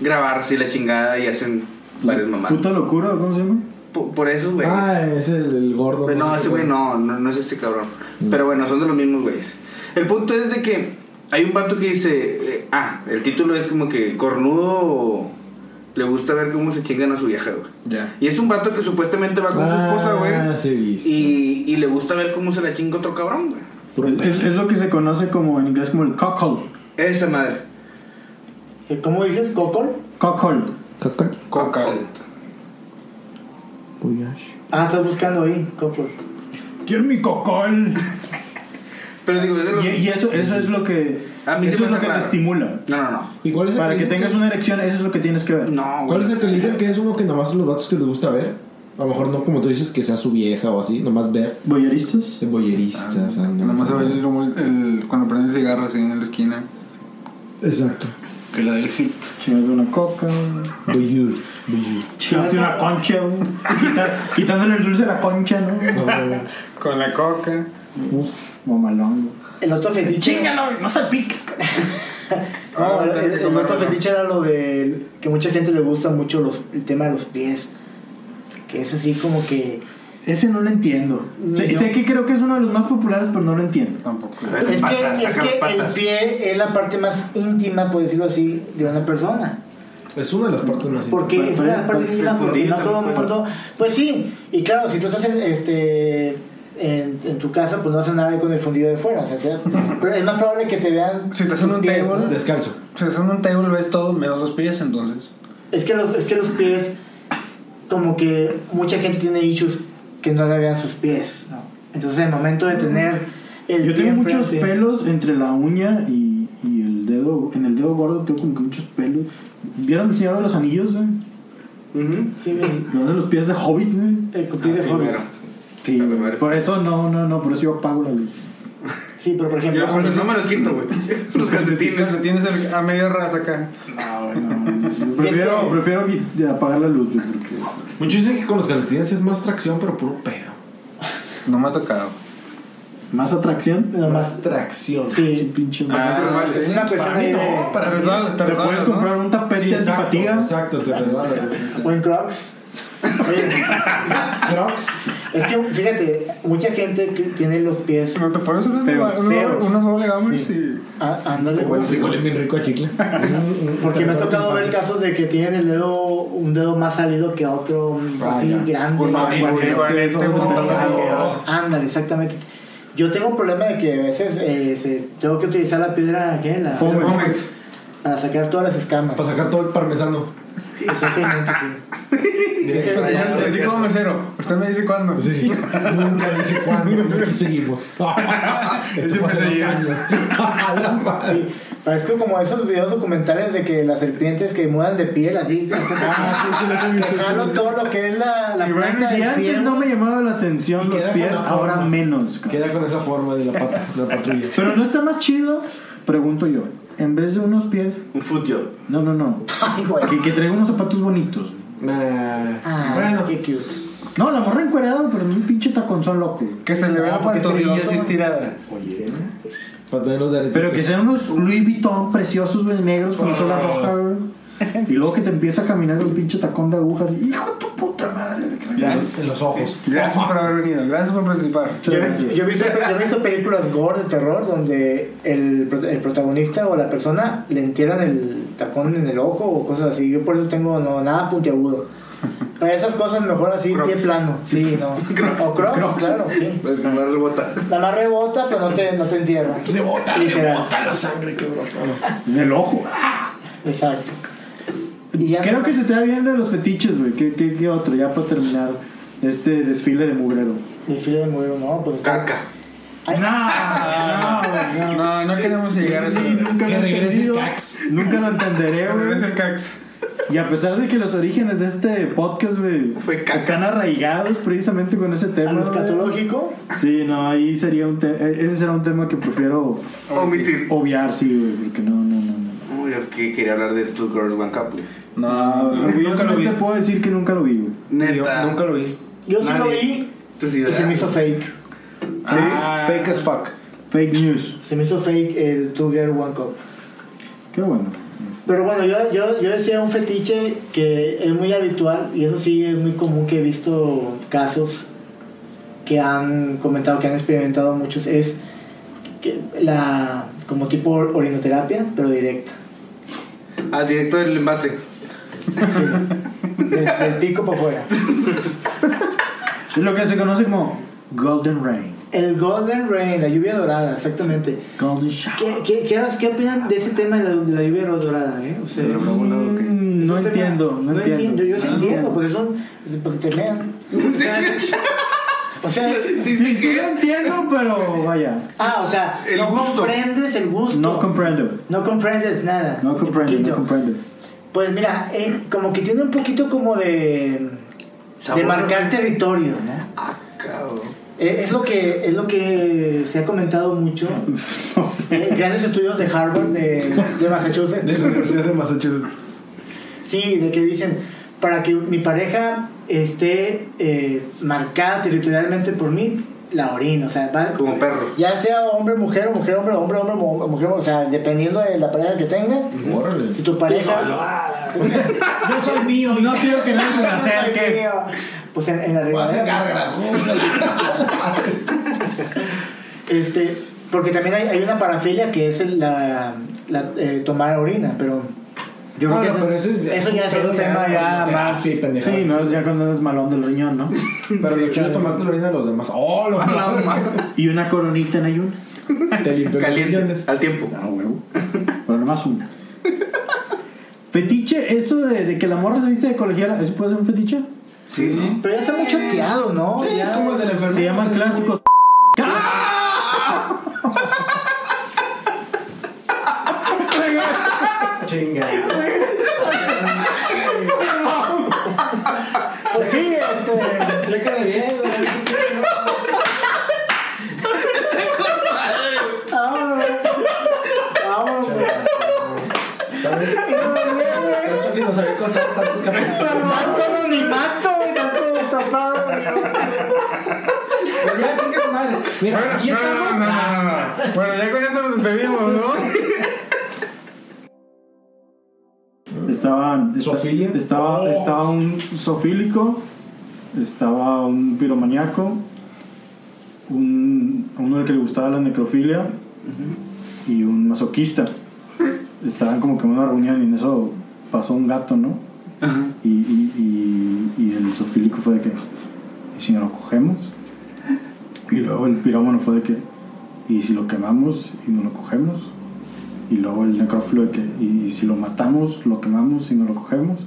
C: grabarse y la chingada y hacen varias
A: La
C: mamadas.
A: puta locura, ¿o ¿cómo se llama?
C: Por, por eso, güey.
B: Ah, es el, el gordo.
C: Pero Pues no,
B: sé
C: ese güey no, no, no es ese cabrón.
B: Mm.
C: Pero bueno, son de los mismos güeyes. El punto es de que hay un vato que dice, eh, ah, el título es como que cornudo le gusta ver cómo se chingan a su vieja, güey.
G: Ya.
C: Y es un vato que supuestamente va con su esposa,
B: Ah,
C: güey.
B: sí, viste.
C: Y, y le gusta ver cómo se la chinga otro cabrón, güey.
A: Es, es- es lo que se conoce como en inglés como el cockhold.
C: Esa madre.
F: eh, ¿Cómo dices? ¿Cocol?
A: Cockhold.
B: Caca.
G: Coca.
B: Puyash.
F: Ah, estás buscando ahí, cocol.
A: Quiero mi cocol.
C: Pero digo, es de los...
A: Y, y eso, eso es lo que.
C: A mí sí
A: eso
C: me
A: es lo que
C: sacaron.
A: te estimula.
C: No, no, no.
B: ¿Y cuál es el
A: Para que
B: dicen
A: tengas una erección, eso es lo que tienes que ver.
C: No,
B: ¿Cuál
C: güey.
B: es el que le dicen que es uno que nomás son los vatos que les gusta ver? A lo mejor no como tú dices que sea su vieja o así, nomás ver.
A: ¿Boyeristas?
B: De boyeristas.
C: Ah,
B: ándale,
G: Nomás se ve
B: ándale.
G: el, humo- el- cuando prende el cigarro así en la esquina.
B: Exacto.
G: Que la del hit.
A: Chingate una coca.
B: Boyur. Boyur.
A: Chingate una concha. güey. Quita- quitándole el dulce a la concha, ¿no?
B: No, no, no.
G: Con la coca.
A: Uf, mamalón. güey.
F: El otro fetiche...
A: no, no salpiques. cabrón.
F: No,
G: Ah,
F: el,
G: tengo que
F: el- el
G: comer
F: otro
G: raro.
F: fetiche era lo de que mucha gente le gusta mucho los, el tema de los pies. Que es así como que.
A: Ese no lo entiendo. Sé,
F: Yo-
A: sé que creo que es uno de los más populares, pero no lo entiendo.
G: Tampoco.
C: Las
F: Es
C: patas,
F: que, es
C: saca las
F: que el
C: patas.
F: pie es la parte más íntima, por decirlo así, de una persona.
B: Es una de las partes más
F: Porque
A: Pero-
F: es
A: pero-
F: una de las partes
A: pero-
F: íntimas porque no
C: fundita,
F: todo el
C: pero-
F: mundo. Pues sí, y claro, si tú estás en, este, en, en tu casa, pues no haces nada con el fundido de fuera. o sea, sea- pero es más probable que te vean.
G: Si estás en
F: tus
G: un
F: pies,
G: table,
F: ¿no?
B: Descalzo.
G: Si es un table ves todo menos los pies, entonces.
F: Es que los, es que los pies, como que mucha gente tiene issues que no le vean sus pies, ¿no? Entonces, el momento de tener el
A: Yo
F: pie
A: tengo muchos
F: enfrente-
A: pelos entre la uña y, y el dedo. En el dedo gordo tengo como que muchos pelos. ¿Vieron el Señor de los Anillos, güey?
C: Ujú.
F: Sí, el,
A: Los de los pies de Hobbit, güey.
F: el cupido de
C: Así
F: Hobbit.
C: Ah, mero.
A: Sí,
C: A la
A: güey.
C: madre.
A: Por eso no, no, no, por eso yo apago la luz.
F: Sí, pero por ejemplo.
C: Yo pues, con eso me los quito, güey. Los calcetines.
G: Tienes el- a media raza acá.
A: Ah, No, güey, no. Prefiero, prefiero qui- apagar la luz, güey, porque.
B: Muchos dicen que con los calcetines es más tracción, pero puro pedo.
G: No me ha tocado.
A: Más atracción.
F: nada más-
B: tracción.
A: Sí,
F: Sí.
A: pinche madre.
C: Ah,
F: Es una cuestión
B: Para mí
F: ahí
B: no,
F: de.
B: para mí
G: Te
B: es-
G: resbalas, te
A: Te
G: resbalas,
A: puedes
G: ¿no?
A: comprar un tapete
B: Sí, exacto,
A: antifatiga.
B: Exacto, te resbalas. güey.
F: O en Crocs. Oye,
B: Crocs.
F: es que, fíjate, mucha gente que tiene los pies.
G: No te pones unos
A: Feos,
G: unos-
F: feos.
G: unos bolegames
F: a- Ándale, güey.
B: Sí, huele bien rico a chicle.
F: Porque me ha tocado ver
B: casos
F: casos de que tienen el dedo, un dedo más salido que otro,
B: Ah,
F: así
B: ya.
F: grande.
A: Guanete,
G: guanete,
A: ojos de
G: guanete.
A: pescado.
F: Ándale, exactamente. Yo tengo un problema de que a veces eh, se- tengo que utilizar la piedra ¿qué? La-
G: y
A: Pómez.
G: Gómez.
F: para sacar todas las escamas.
B: Para sacar todo el parmesano.
F: Exactamente, sí.
B: Directo.
F: Ese-
G: Así como mesero. Usted me dice cuándo.
B: Sí, sí. Nunca dije cuándo. y Aquí seguimos. Esto fue hace dos años. A la madre.
F: sí. Parezco como esos videos documentales de que las serpientes que mudan de piel así.
B: Ah, sí, sí, las he visto,
F: Que
B: sí,
F: jalo
B: sí.
F: todo lo que es la, la
A: Y bueno,
F: planta
A: si
F: del
A: antes
F: pie.
A: no me llamaba la atención
B: Y
A: los
B: queda
A: pies,
B: con la
A: ahora
B: forma.
A: menos. cabrón.
B: Queda con esa forma de la, pata, de la patrulla.
A: Pero no está más chido, pregunto yo. En vez de unos pies,
C: Un futio.
A: no, no, no.
F: Ay, güey.
A: Que, que traiga unos zapatos bonitos.
B: Ah,
F: Ah,
B: bueno,
F: qué cute.
A: No, la morra encuerada, pero en un pinche taconzón loco.
G: Que se le vea la
F: porque
G: pantorrilla
F: tedioso.
G: así estirada.
A: Oye.
B: para tener los derechos.
A: Pero que sean unos Louis Vuitton preciosos, güey, negros con la
B: Oh.
A: sola roja, güey. Y luego que te empieza a caminar el pinche tacón de agujas. Hijo de tu puta madre.
B: en los ojos.
G: Gracias por haber venido. Gracias por participar.
F: Yo, yo he visto, yo he visto películas gore de terror donde el, pro- el protagonista o la persona le entierran el tacón en el ojo o cosas así. Yo por eso tengo no, nada puntiagudo. Para esas cosas mejor así, pie plano. Sí, no. O crocs, claro, sí.
C: La rebota.
F: Nada más rebota, pero no te, no te entierra.
B: Rebota,
F: Literal.
B: rebota la sangre, qué brotado.
A: En el ojo.
F: Exacto. Y ya
A: Creo que se te da bien de los fetiches, güey. ¿Qué, qué, qué otro? Ya para terminar este desfile de mugrero.
F: El filo de muero, no, pues. está-
C: Caca.
F: Ay,
G: No, no queremos llegar a eso.
A: nunca
B: Que
A: lo he
B: regrese
A: entendido.
B: el Cax.
A: Nunca lo entenderé,
G: Pero es
A: güey.
G: el cax.
A: Y a pesar de que los orígenes de este podcast, güey,
C: Fue caca.
A: están arraigados precisamente con ese
F: A lo
A: tema. güey.
F: escatológico,
A: Sí, no, ahí sería un tema. Ese será un tema que prefiero
C: Omitir.
A: obviar, sí, güey, porque no, no, no. no.
C: Uy, es que quería hablar de Two Girls One Cup, güey.
A: Ah, orgullosamente
G: vi.
A: puedo decir que nunca lo vi, güey.
C: Neta.
G: Nunca lo vi.
F: yo sí lo
C: Nadie.
F: vi
C: Tú sí,
F: y se
C: ¿verdad?
F: me hizo fake.
G: Fake as fuck.
A: Ah. Fake news.
F: Se me hizo fake el Two Girl One Cup.
A: Qué bueno.
F: Pero bueno, yo, yo, yo decía un fetiche que es muy habitual y eso sí es muy común que he visto casos que han comentado, que han experimentado muchos, es que la como tipo or- orinoterapia, pero directa.
C: Ah, directo del envase.
F: Sí. Del, del pico para afuera.
A: Es lo que se conoce como Golden Rain.
F: El Golden Rain, la lluvia dorada, exactamente.
A: Golden Shower.
F: ¿Qué, qué, qué, qué opinan de ese tema de la, de la lluvia dorada? Eh? O sea, es-
A: Mm, No
F: Es un tema-
A: entiendo, no entiendo.
F: Yo sí
A: No
F: entiendo, pues eso. Porque te lean. O sea, o sea,
A: Sí, sí, sí lo entiendo, pero vaya.
F: ah, o sea,
C: El
F: no
C: gusto.
F: comprendes el gusto.
A: No comprendo.
F: No comprendes nada.
A: No comprendo,
F: Poquito.
A: no comprendo.
F: Pues mira, eh, como que tiene un poquito como de.
C: Sabor.
F: de marcar territorio, ¿no?
C: Ah, cabrón.
F: Eh, Es lo que, es lo que se ha comentado mucho.
A: No sé.
F: Eh, grandes estudios de Harvard, de, de Massachusetts.
B: De la Universidad de Massachusetts.
F: Sí, de que dicen, para que mi pareja esté eh, marcada territorialmente por mí, la orina, o sea, va-
C: Como perro.
F: ya sea hombre, mujer, o mujer, hombre, hombre, hombre, mu- mujer, o sea, dependiendo de la pareja que tenga,
B: Órale.
F: si tu pareja...
E: ah,
B: Yo soy mío y
A: No quiero que nadie se me
F: Ay,
A: acerque.
F: mío. Pues en, en la
B: voy a hacer
F: regadera.
B: gárgaras. Júzgale.
F: Este, porque también hay, hay una parafilia que es el- la, la, eh, tomar orina, pero... Yo
B: Ah,
F: creo
B: no,
F: que
B: pero
F: eso,
B: ese es-
F: eso
B: es
F: ya
B: un
F: es un
B: pedo ya
F: tema ya
B: de
F: más...
B: terapia y pendejadas.
A: Sí, no es ya cuando eres malón del riñón, ¿no?
B: Pero lo chido es tomarte la orina de los demás. ¡Oh, lo que
A: Y una coronita en ayuno.
B: Te limpio los riñones.
C: Caliente. Al tiempo.
A: Ah, huevo. Pero nomás una. Fetiche, eso de, de que la morra se viste de colegiala, ¿eso puede ser un fetiche?
C: Sí.
F: Pero ya está muy choteado, ¿no?
B: Es
F: Ya-
B: como el de la enfermera.
A: Se llaman clásicos.
B: Chinga.
F: Pues sí, este... Pues
B: Chécale bien. güey. Ah, madre. Mira,
G: Bueno,
B: aquí
G: no, no,
B: estamos. Ah,
G: no, no, no, no. Bueno, ya con eso nos despedimos, ¿no?
A: Estaban. esta-
B: ¿Zoofilia?
A: Estaba,
B: Oh.
A: estaba un zoofílico, estaba un piromaniaco, un, uno al que le gustaba la necrofilia y un masoquista. Estaban como que en una reunión y en eso pasó un gato, ¿no? Y, y- y- y el zoofílico fue de que. ¿Y si no lo cogemos? Y luego el pirómano fue de que. ¿Y si lo quemamos y no lo cogemos? Y luego el necrófilo de que, y si lo matamos, lo quemamos y no lo cogemos.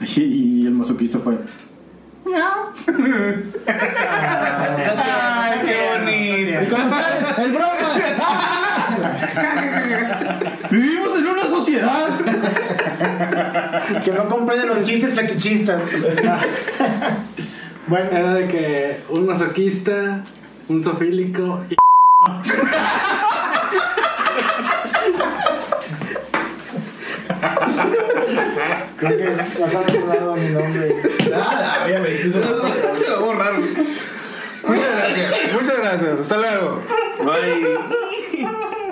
A: Y, y el masoquista fue,
C: Ay, qué bonito.
B: González, el Ah. bromas.
A: ¡Vivimos en una sociedad!
F: Que no comprenden los chistes taquichistas. bueno,
E: Era de que un masoquista, un sofílico y.
F: creo que acá me acordado mi nombre.
B: Nada, obviamente. eso no-
G: Se lo borrar, Muchas gracias. Muchas gracias. Hasta luego.
C: Ay,